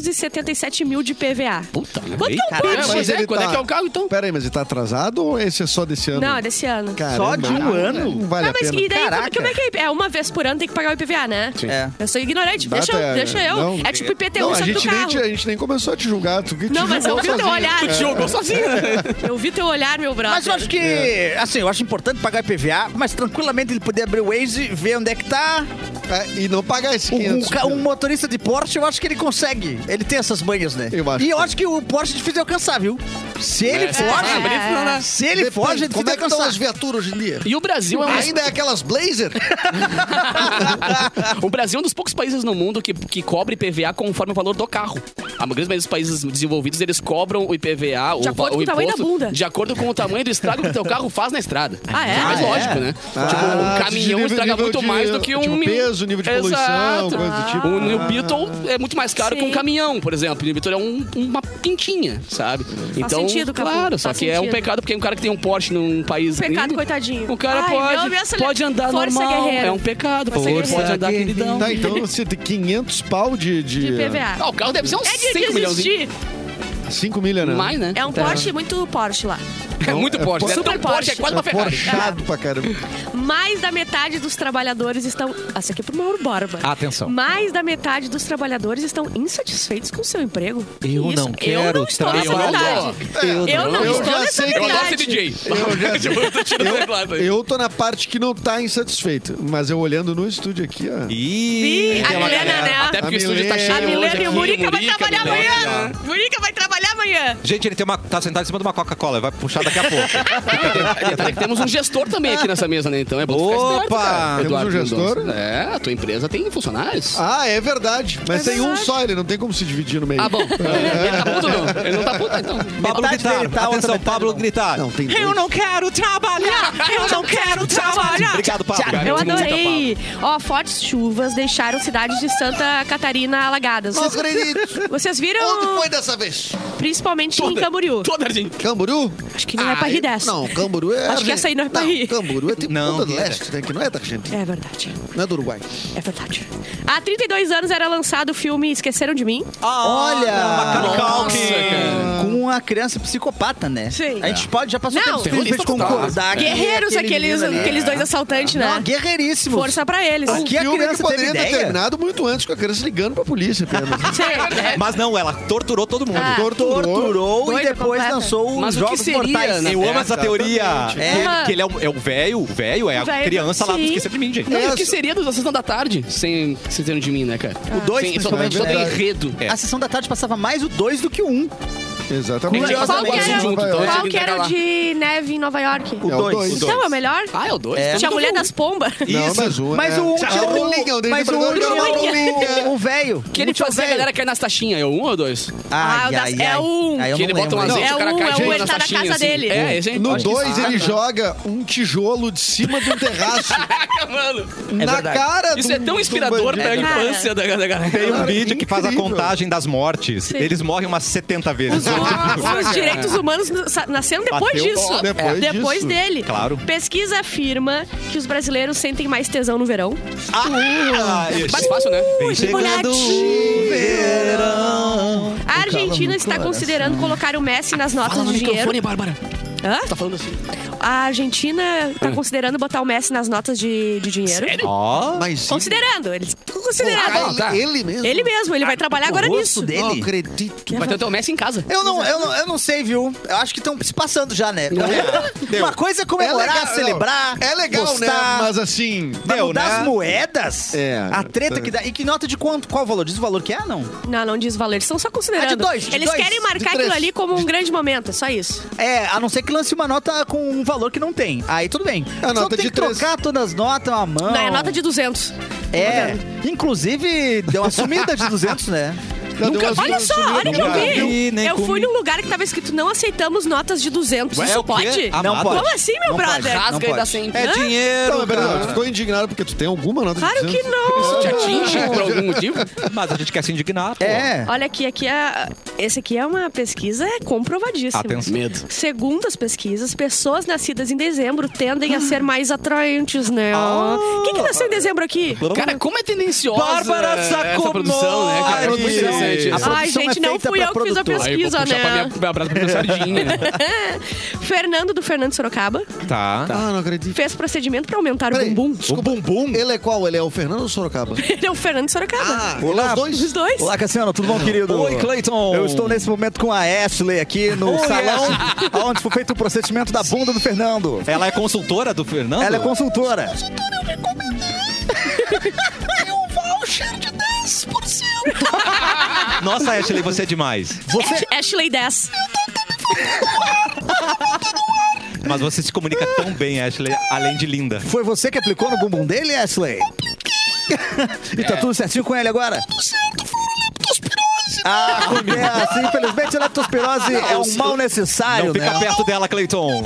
Speaker 5: 577 mil de PVA.
Speaker 2: Puta, né?
Speaker 5: Quanto é um
Speaker 2: Caramba,
Speaker 5: Porsche?
Speaker 2: mas é,
Speaker 4: ele
Speaker 2: quando é que é o carro, então?
Speaker 4: Peraí, mas ele tá atrasado ou esse é só desse ano?
Speaker 5: Não, é desse ano.
Speaker 6: Só de um
Speaker 4: Caramba,
Speaker 6: ano?
Speaker 4: Não vale
Speaker 5: Ah,
Speaker 4: a
Speaker 5: mas
Speaker 4: pena.
Speaker 5: e daí,
Speaker 6: Caraca.
Speaker 5: como, como é que é? É uma vez por ano tem que pagar o IPVA, né?
Speaker 6: É.
Speaker 5: Eu sou ignorante,
Speaker 4: Dá
Speaker 5: deixa, eu-
Speaker 4: até-
Speaker 5: deixa eu.
Speaker 4: não.
Speaker 5: é tipo IPTU,
Speaker 4: Não, a
Speaker 5: só que do
Speaker 4: gente, nem,
Speaker 5: carro.
Speaker 4: te- a gente nem começou a te julgar. Tu, que te
Speaker 5: Não, mas eu
Speaker 4: julgou
Speaker 5: vi teu
Speaker 4: sozinho.
Speaker 5: olhar.
Speaker 2: Tu jogou sozinho.
Speaker 5: Eu vi teu olhar, meu brother.
Speaker 6: Mas eu acho que,
Speaker 4: É.
Speaker 6: assim, eu acho importante pagar IPVA, mas tranquilamente ele poder abrir o Waze, ver onde é que tá.
Speaker 4: É, e não pagar esse
Speaker 6: Um,
Speaker 4: 500.
Speaker 6: ca- um motorista de Porsche, eu acho que ele consegue. Ele tem essas manhas, né?
Speaker 4: Eu acho
Speaker 6: e eu
Speaker 4: que
Speaker 6: acho que o Porsche é difícil de alcançar, viu? Se ele
Speaker 2: É,
Speaker 6: foge,
Speaker 2: é, é, é.
Speaker 6: se ele foge, é difícil
Speaker 4: Como
Speaker 6: de
Speaker 4: é que estão
Speaker 6: alcançar.
Speaker 4: as viaturas hoje em dia?
Speaker 2: E o Brasil é um
Speaker 4: Ainda é aquelas blazer?
Speaker 2: O Brasil é um dos poucos países no mundo que, que cobre IPVA conforme o valor do carro. A maioria dos países- países desenvolvidos, eles cobram o IPVA, o,
Speaker 5: De
Speaker 2: va-
Speaker 5: acordo com
Speaker 2: o
Speaker 5: o tamanho da
Speaker 2: imposto,
Speaker 5: bunda.
Speaker 2: de acordo com o tamanho do estrago que o teu carro faz na estrada.
Speaker 5: Ah, é?
Speaker 2: mais
Speaker 5: Ah, é?
Speaker 2: lógico, né? tipo,
Speaker 4: Ah,
Speaker 2: um
Speaker 4: de
Speaker 2: caminhão
Speaker 4: nível-
Speaker 2: estraga
Speaker 4: nível
Speaker 2: muito
Speaker 4: de-
Speaker 2: mais do que um...
Speaker 4: tipo,
Speaker 2: mil-
Speaker 4: peso, nível de poluição,
Speaker 2: Exato.
Speaker 4: coisa do tipo.
Speaker 2: O New Beetle é muito mais caro que um
Speaker 5: Sim.
Speaker 2: caminhão, por exemplo. O New Beetle é um- uma pintinha, sabe? Então,
Speaker 5: sentido, Capu,
Speaker 2: claro, só
Speaker 5: faz
Speaker 2: que é um
Speaker 5: sentido.
Speaker 2: pecado, porque um cara que tem um Porsche num país...
Speaker 5: Pecado,
Speaker 2: gringo,
Speaker 5: coitadinho.
Speaker 2: O cara
Speaker 5: Ai, meu Deus,
Speaker 2: pode,
Speaker 5: essa-
Speaker 2: pode andar
Speaker 5: Força,
Speaker 2: normal.
Speaker 5: guerreiro.
Speaker 2: É um pecado,
Speaker 5: Força,
Speaker 2: porque ele pode
Speaker 5: guerreiro.
Speaker 2: andar queridão.
Speaker 4: tá, então você tem 500 pau de... de,
Speaker 5: De PVA.
Speaker 2: Ah, o carro deve ser uns
Speaker 5: É de
Speaker 2: 5 milhões.
Speaker 5: desistir.
Speaker 4: 5 milha, né?
Speaker 2: Mais, né?
Speaker 5: É um Porsche, muito Porsche lá.
Speaker 2: É muito Porsche. né?
Speaker 5: Super
Speaker 2: Tão Porsche. É
Speaker 5: Porsche.
Speaker 2: quase uma
Speaker 4: É
Speaker 2: Ferrari.
Speaker 4: porchado pra caramba.
Speaker 5: Mais da metade dos trabalhadores estão. Essa aqui é pro Mauro Borba.
Speaker 1: Atenção.
Speaker 5: Mais da metade dos trabalhadores estão insadisfeitos com seu emprego. Que
Speaker 1: Eu
Speaker 5: isso?
Speaker 1: não quero
Speaker 5: Eu não estou nessa
Speaker 2: Eu não
Speaker 5: metade.
Speaker 4: É,
Speaker 5: Eu, não
Speaker 4: Eu
Speaker 5: estou
Speaker 4: já
Speaker 5: nessa
Speaker 4: sei que
Speaker 2: Eu adoro
Speaker 5: metade.
Speaker 2: ser DJ.
Speaker 4: Eu já-
Speaker 2: Tipo, tô tirando o teclado aí.
Speaker 4: Eu tô na parte que não tá insatisfeito, mas eu olhando no estúdio aqui, ó.
Speaker 1: Ih,
Speaker 5: a
Speaker 1: uma
Speaker 5: Milena,
Speaker 1: galera.
Speaker 5: né?
Speaker 2: é Até porque o estúdio tá
Speaker 4: A
Speaker 2: cheio
Speaker 5: A
Speaker 2: hoje
Speaker 5: Milena
Speaker 2: aqui.
Speaker 5: e o Murica vai trabalhar
Speaker 2: Milena.
Speaker 5: amanhã. Murica vai trabalhar amanhã.
Speaker 1: Gente, ele tem uma, tá sentado em cima de uma Coca-Cola, vai puxar daqui a pouco.
Speaker 2: Detalhe que Temos um gestor também aqui nessa mesa, né? Então é bom tu ficar esperto,
Speaker 1: Opa!
Speaker 2: cara.
Speaker 4: Temos
Speaker 2: Eduardo
Speaker 4: um gestor?
Speaker 2: Mendonça. É, a tua empresa tem funcionários.
Speaker 4: Ah, é verdade. Mas tem um só, ele não tem como se dividir no meio.
Speaker 2: Ah, bom. Ele tá puto, não? Ele não tá puto, então.
Speaker 1: Pablo
Speaker 6: Metade
Speaker 1: gritar,
Speaker 6: dele tá, outra
Speaker 1: atenção,
Speaker 6: metade
Speaker 1: Pablo
Speaker 6: não.
Speaker 1: gritar.
Speaker 4: Não, tem dois.
Speaker 1: Eu não quero trabalhar, eu não quero trabalhar. Obrigado, Pablo.
Speaker 5: Eu
Speaker 1: Música, Pablo.
Speaker 5: adorei. Ó, fortes chuvas deixaram cidades de Santa Catarina alagadas.
Speaker 4: Não
Speaker 5: Vocês,
Speaker 4: acredito.
Speaker 5: vocês
Speaker 4: Onde
Speaker 5: viram
Speaker 4: foi dessa vez?
Speaker 5: principalmente em Camboriú.
Speaker 2: Toda Argentina.
Speaker 4: Camburu?
Speaker 5: Acho que não é pra rir dessa.
Speaker 4: Não, Camburu é...
Speaker 5: Acho que essa aí não é pra rir.
Speaker 4: Camburu é tipo
Speaker 1: Não,
Speaker 4: Ponta do
Speaker 1: não é.
Speaker 4: Leste, né? Que não é da Argentina,
Speaker 5: É verdade.
Speaker 4: não é do Uruguai.
Speaker 5: É verdade. Há 32 anos era lançado o filme Esqueceram de Mim.
Speaker 1: Ah, Macaulay
Speaker 6: Olha,
Speaker 1: Culkin.
Speaker 6: com uma criança psicopata, né?
Speaker 5: Sim.
Speaker 6: A gente pode já passou
Speaker 5: Não,
Speaker 6: tempo simplesmente concordar. que é
Speaker 5: Guerreiros,
Speaker 6: aquele
Speaker 5: aqueles,
Speaker 6: menino ali- É.
Speaker 5: aqueles dois assaltantes, né?
Speaker 6: Não, guerreiríssimos.
Speaker 5: Força pra eles.
Speaker 6: O que a
Speaker 4: Filme que
Speaker 6: criança teve
Speaker 4: poderia ter
Speaker 6: ideia?
Speaker 4: terminado muito antes com a criança ligando pra polícia apenas.
Speaker 5: Sim.
Speaker 1: Mas não, ela torturou todo mundo.
Speaker 5: Ah.
Speaker 4: Torturou.
Speaker 6: Torturou e
Speaker 5: Doida
Speaker 6: depois
Speaker 5: completa.
Speaker 6: lançou os
Speaker 2: Mas o que
Speaker 6: Jogos
Speaker 2: seria,
Speaker 6: Mortais.
Speaker 2: né?
Speaker 1: Eu amo essa teoria.
Speaker 6: É.
Speaker 1: Que ele- Que ele é um- é o velho, o velho é a
Speaker 5: O velho,
Speaker 1: criança lá, não
Speaker 5: sim.
Speaker 1: esqueça de mim, gente.
Speaker 2: Não, e
Speaker 4: É,
Speaker 2: o que seria dos Sessão da Tarde sem sem terem de mim, né, cara?
Speaker 6: O dois,
Speaker 2: Sem-
Speaker 6: principalmente,
Speaker 2: Todo
Speaker 4: é
Speaker 2: todo
Speaker 6: Assim,
Speaker 4: verdade.
Speaker 2: enredo.
Speaker 1: É.
Speaker 6: A sessão da tarde passava mais o 2 do que o 1. Um.
Speaker 4: Exatamente.
Speaker 6: Curiosamente,
Speaker 5: Qual que era,
Speaker 2: junto, então.
Speaker 5: qual
Speaker 6: né?
Speaker 2: Tem
Speaker 5: que
Speaker 2: que
Speaker 5: era o
Speaker 2: entregar
Speaker 5: de neve em Nova York?
Speaker 6: O
Speaker 4: É o dois.
Speaker 6: 2.
Speaker 5: Então, é o melhor?
Speaker 2: Ah, é o dois.
Speaker 6: É.
Speaker 2: Então
Speaker 5: Tinha a
Speaker 2: nunca
Speaker 5: mulher
Speaker 2: vi um.
Speaker 5: das pombas.
Speaker 4: Não, mas um
Speaker 6: Mas
Speaker 4: é-
Speaker 6: o 1 um tinha
Speaker 4: Tchau, Rolinha, o
Speaker 6: o...
Speaker 4: Dave
Speaker 6: Mas o 1 um
Speaker 4: Bragança
Speaker 6: tinha
Speaker 4: era o
Speaker 6: o-
Speaker 4: Rolinha.
Speaker 6: um velho.
Speaker 2: Que ele
Speaker 6: Um tinha o
Speaker 2: fazia a
Speaker 6: velho.
Speaker 2: galera cair nas taxinhas. É um ou dois?
Speaker 5: Ah, o
Speaker 6: Ai,
Speaker 5: das-
Speaker 6: ai, ai.
Speaker 5: é o um.
Speaker 6: Aí eu
Speaker 2: que
Speaker 6: não
Speaker 2: ele bota
Speaker 6: lembro.
Speaker 2: umas
Speaker 5: Não,
Speaker 2: vezes,
Speaker 5: é
Speaker 2: o cara
Speaker 5: um,
Speaker 2: cai
Speaker 5: é um,
Speaker 2: caindo
Speaker 5: ele
Speaker 2: nas
Speaker 5: tá na
Speaker 2: taxinhas,
Speaker 5: casa dele.
Speaker 2: É, esse aí.
Speaker 4: No
Speaker 2: Acho que-
Speaker 4: 2
Speaker 2: Ah,
Speaker 4: ele
Speaker 2: tá.
Speaker 4: joga um tijolo de cima de um terraço
Speaker 2: Caraca, mano.
Speaker 4: na
Speaker 6: É verdade.
Speaker 4: cara
Speaker 2: Isso
Speaker 4: de
Speaker 2: é
Speaker 4: um-
Speaker 2: tão
Speaker 4: de um
Speaker 2: inspirador
Speaker 4: bandido.
Speaker 2: pra infância da da galera.
Speaker 6: É,
Speaker 1: Tem um
Speaker 4: Cara,
Speaker 1: vídeo que faz a
Speaker 4: incrível.
Speaker 1: contagem das mortes. Eles morrem umas 70 vezes.
Speaker 5: Nossa, os direitos humanos sa- nasceram depois
Speaker 1: Bateu
Speaker 5: disso. É,
Speaker 1: bola.
Speaker 4: Depois disso.
Speaker 5: dele.
Speaker 1: Claro.
Speaker 5: Pesquisa afirma que os brasileiros sentem mais tesão no verão.
Speaker 1: Ah,
Speaker 2: Mais fácil, né?
Speaker 1: Vem chegando o
Speaker 5: bonitinho.
Speaker 1: verão.
Speaker 5: A Argentina está considerando colocar o Messi nas notas
Speaker 2: Fala no
Speaker 5: de dinheiro.
Speaker 2: microfone, Bárbara.
Speaker 5: Hã?
Speaker 2: Tá falando assim.
Speaker 5: A Argentina está considerando botar o Messi nas notas de, de dinheiro.
Speaker 2: Sério?
Speaker 1: Ó,
Speaker 4: Mas
Speaker 5: Considerando, ele
Speaker 4: Ah,
Speaker 5: considerado.
Speaker 4: ele-
Speaker 6: tá.
Speaker 4: ele mesmo.
Speaker 5: Ele mesmo, ele vai trabalhar agora
Speaker 6: O
Speaker 5: nisso.
Speaker 6: rosto dele.
Speaker 4: Não acredito.
Speaker 2: Vai ter até o Messi em casa.
Speaker 6: Eu não, eu, não, eu não sei, viu? Eu acho que estão se passando já, né? Uma coisa é comemorar,
Speaker 4: não.
Speaker 6: celebrar.
Speaker 4: É legal,
Speaker 6: gostar,
Speaker 4: né? Mas assim.
Speaker 6: Mas
Speaker 1: Deu,
Speaker 6: mudar
Speaker 1: né?
Speaker 6: as moedas?
Speaker 4: É.
Speaker 6: A treta que dá. E que nota de quanto? Qual o valor? Diz o valor que é, não?
Speaker 5: Não, não diz valor, eles estão só considerando.
Speaker 6: Ah, de dois, de
Speaker 5: eles
Speaker 6: dois,
Speaker 5: querem
Speaker 4: de
Speaker 5: marcar
Speaker 4: três.
Speaker 5: aquilo ali como um grande momento, é só isso.
Speaker 6: É, a não ser que lance uma nota com um valor que não tem. Aí tudo bem.
Speaker 4: A
Speaker 6: Só
Speaker 4: nota
Speaker 6: tem
Speaker 4: de
Speaker 6: que
Speaker 4: três.
Speaker 6: trocar todas as notas, uma mão.
Speaker 5: Não, é nota de 200.
Speaker 6: É. Inclusive, deu uma sumida de 200, né?
Speaker 4: Não, deu
Speaker 2: Nunca-
Speaker 4: umas-
Speaker 5: Olha só, olha o que eu
Speaker 1: Nunca vi,
Speaker 5: vi.
Speaker 1: nem
Speaker 5: Eu fui
Speaker 1: comi.
Speaker 5: num lugar que tava escrito não aceitamos notas de 200.
Speaker 1: Ué, é o
Speaker 5: Isso
Speaker 1: quê?
Speaker 5: pode?
Speaker 1: Ah,
Speaker 6: Não
Speaker 1: Amado.
Speaker 6: pode.
Speaker 5: Como assim, meu
Speaker 6: Não pode.
Speaker 5: brother?
Speaker 6: Não
Speaker 2: Rasga e dá
Speaker 6: pode.
Speaker 2: sempre.
Speaker 1: é dinheiro,
Speaker 4: Não, mas peraí,
Speaker 1: cara.
Speaker 4: não, tu ficou indignado porque tu tem alguma nota
Speaker 5: Claro
Speaker 4: de
Speaker 5: que
Speaker 4: 200?
Speaker 5: não.
Speaker 2: Te atinge por algum motivo?
Speaker 1: Mas a gente quer se indignar, pô.
Speaker 6: É.
Speaker 5: Olha aqui, aqui é, esse aqui é uma pesquisa comprovadíssima.
Speaker 1: Atenção.
Speaker 2: Medo.
Speaker 5: Segundo as pesquisas, pessoas nascidas em dezembro tendem a ser mais atraentes, né? Quem que nasceu em dezembro aqui?
Speaker 2: Cara, como é tendenciosa
Speaker 1: Bárbara
Speaker 2: essa produção, né? Cara, é muito
Speaker 1: Sacomori.
Speaker 2: interessante.
Speaker 6: A
Speaker 2: isso.
Speaker 5: Ai,
Speaker 6: produção
Speaker 5: gente,
Speaker 6: é
Speaker 5: não
Speaker 6: feita
Speaker 5: fui
Speaker 6: pra
Speaker 5: eu que fiz a
Speaker 6: produtor.
Speaker 2: Aí eu vou
Speaker 5: pesquisa,
Speaker 2: puxar pra
Speaker 5: né?
Speaker 2: minha, meu braço pra minha sardinha.
Speaker 5: Fernando, do Fernando Sorocaba,
Speaker 1: Tá.
Speaker 4: Ah, não acredito.
Speaker 5: fez procedimento pra aumentar
Speaker 4: Peraí,
Speaker 5: o bumbum.
Speaker 1: O bumbum.
Speaker 4: Ele é qual? Ele é o Fernando Sorocaba?
Speaker 5: Ele é o Fernando Sorocaba.
Speaker 4: Olá, dois.
Speaker 5: Os dois.
Speaker 6: Olá, Cassiano, tudo bom, querido?
Speaker 1: Oi, Clayton.
Speaker 6: Eu estou nesse momento com a Ashley aqui no salão, onde foi feito o procedimento da bunda do Fernando.
Speaker 1: Ela é consultora do Fernando?
Speaker 6: Ela é consultora.
Speaker 1: Nossa, Ashley, você é demais.
Speaker 6: Você,
Speaker 5: Ashley 10.
Speaker 1: Mas você se comunica tão bem, Ashley, além de linda.
Speaker 6: foi você que aplicou no bumbum dele, Ashley? E
Speaker 1: É.
Speaker 6: tá tudo certinho com ele agora? Ah, acontece. Infelizmente, a leptospirose é um mal necessário,
Speaker 1: Não
Speaker 6: né?
Speaker 1: fica perto dela, Clayton.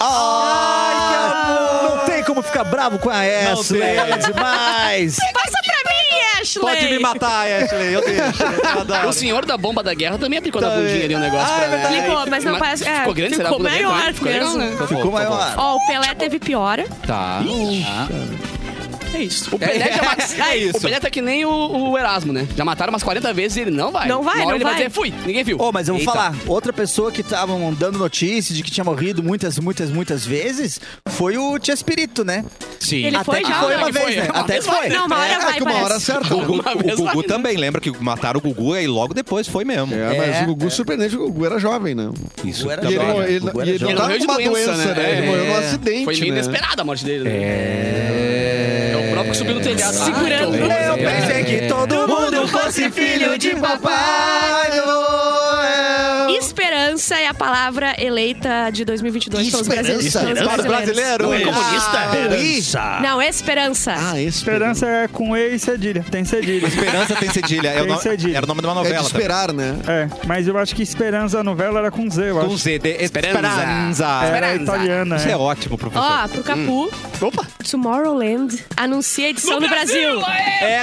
Speaker 6: Ai, que amor! Não tem como ficar bravo com a Ashley.
Speaker 1: Ah! tem.
Speaker 6: Ela é demais.
Speaker 5: Passa pra mim, Ashley!
Speaker 1: Pode me matar, Ashley. Eu deixo. Eu adoro.
Speaker 2: O senhor da bomba da guerra também aplicou na bundinha ali um negócio.
Speaker 1: Ah,
Speaker 2: pra-
Speaker 1: é verdade.
Speaker 5: Ficou, mas não parece- é,
Speaker 2: Ficou grande, será?
Speaker 5: ficou maior
Speaker 2: ficou legal,
Speaker 5: mesmo.
Speaker 2: né?
Speaker 6: Ficou maior.
Speaker 5: Ó, o Pelé teve piora.
Speaker 1: Tá.
Speaker 2: É isso. O Pelé já mat-
Speaker 1: É isso.
Speaker 2: O Pelé tá que nem o, o Erasmo, né? Já mataram umas 40 vezes e ele não vai.
Speaker 5: Não vai,
Speaker 2: Uma hora
Speaker 5: não
Speaker 2: ele
Speaker 5: vai.
Speaker 2: dizer, fui, ninguém viu.
Speaker 6: Ô, mas eu vou
Speaker 2: Eita.
Speaker 6: falar, outra pessoa que tava dando notícia de que tinha morrido muitas, muitas, muitas vezes foi o Tia Espírito, né?
Speaker 2: Sim.
Speaker 5: Ele
Speaker 6: Até
Speaker 5: foi
Speaker 6: que
Speaker 5: já?
Speaker 6: foi uma
Speaker 2: Ele
Speaker 6: vez,
Speaker 2: foi.
Speaker 6: né?
Speaker 2: Uma
Speaker 6: Até
Speaker 2: vez
Speaker 6: que foi. É,
Speaker 2: vai,
Speaker 5: Não, uma hora vai,
Speaker 4: que uma hora
Speaker 5: parece.
Speaker 4: acerta.
Speaker 1: O, Gu-
Speaker 2: Uma
Speaker 1: o
Speaker 2: vez
Speaker 1: Gugu
Speaker 2: vai, né?
Speaker 1: também, lembra que mataram o Gugu e logo depois foi mesmo.
Speaker 4: É, mas
Speaker 6: É,
Speaker 4: o Gugu surpreendente, o Gugu era jovem, né?
Speaker 1: Isso
Speaker 6: Gugu era
Speaker 1: também.
Speaker 4: E ele,
Speaker 6: jovem.
Speaker 4: mor- ele-
Speaker 6: Gugu
Speaker 4: e
Speaker 6: era
Speaker 4: ele não tava
Speaker 6: jovem.
Speaker 4: com uma doença, né? Ele morreu num acidente,
Speaker 2: Foi meio
Speaker 4: né?
Speaker 2: inesperada a morte dele, né? É. É o próprio que subiu no telhado.
Speaker 5: Segurando.
Speaker 2: Ah, que horror.
Speaker 6: Eu pensei que é. todo mundo fosse filho de papai.
Speaker 5: Esperança é a palavra eleita de 2022 pelos brasileiros. pelos
Speaker 1: Para o brasileiro.
Speaker 2: Não é comunista?
Speaker 5: Não, é esperança.
Speaker 4: Ah, esse
Speaker 7: Esperança é com E e cedilha. Tem cedilha.
Speaker 1: Esperança tem cedilha. É o
Speaker 7: Tem
Speaker 1: nome-
Speaker 7: cedilha.
Speaker 1: Era o nome de uma
Speaker 4: É de
Speaker 1: novela. também.
Speaker 4: esperar, né?
Speaker 7: É, mas eu acho que Esperança a novela era com Z, eu
Speaker 1: Com
Speaker 7: acho.
Speaker 1: Z de Esperança.
Speaker 7: Era
Speaker 6: tá
Speaker 7: italiana,
Speaker 1: Isso é
Speaker 7: é.
Speaker 1: ótimo, professor.
Speaker 5: Ó, pro Capu. Opa! Tomorrowland anuncia a edição no, Brasil.
Speaker 1: é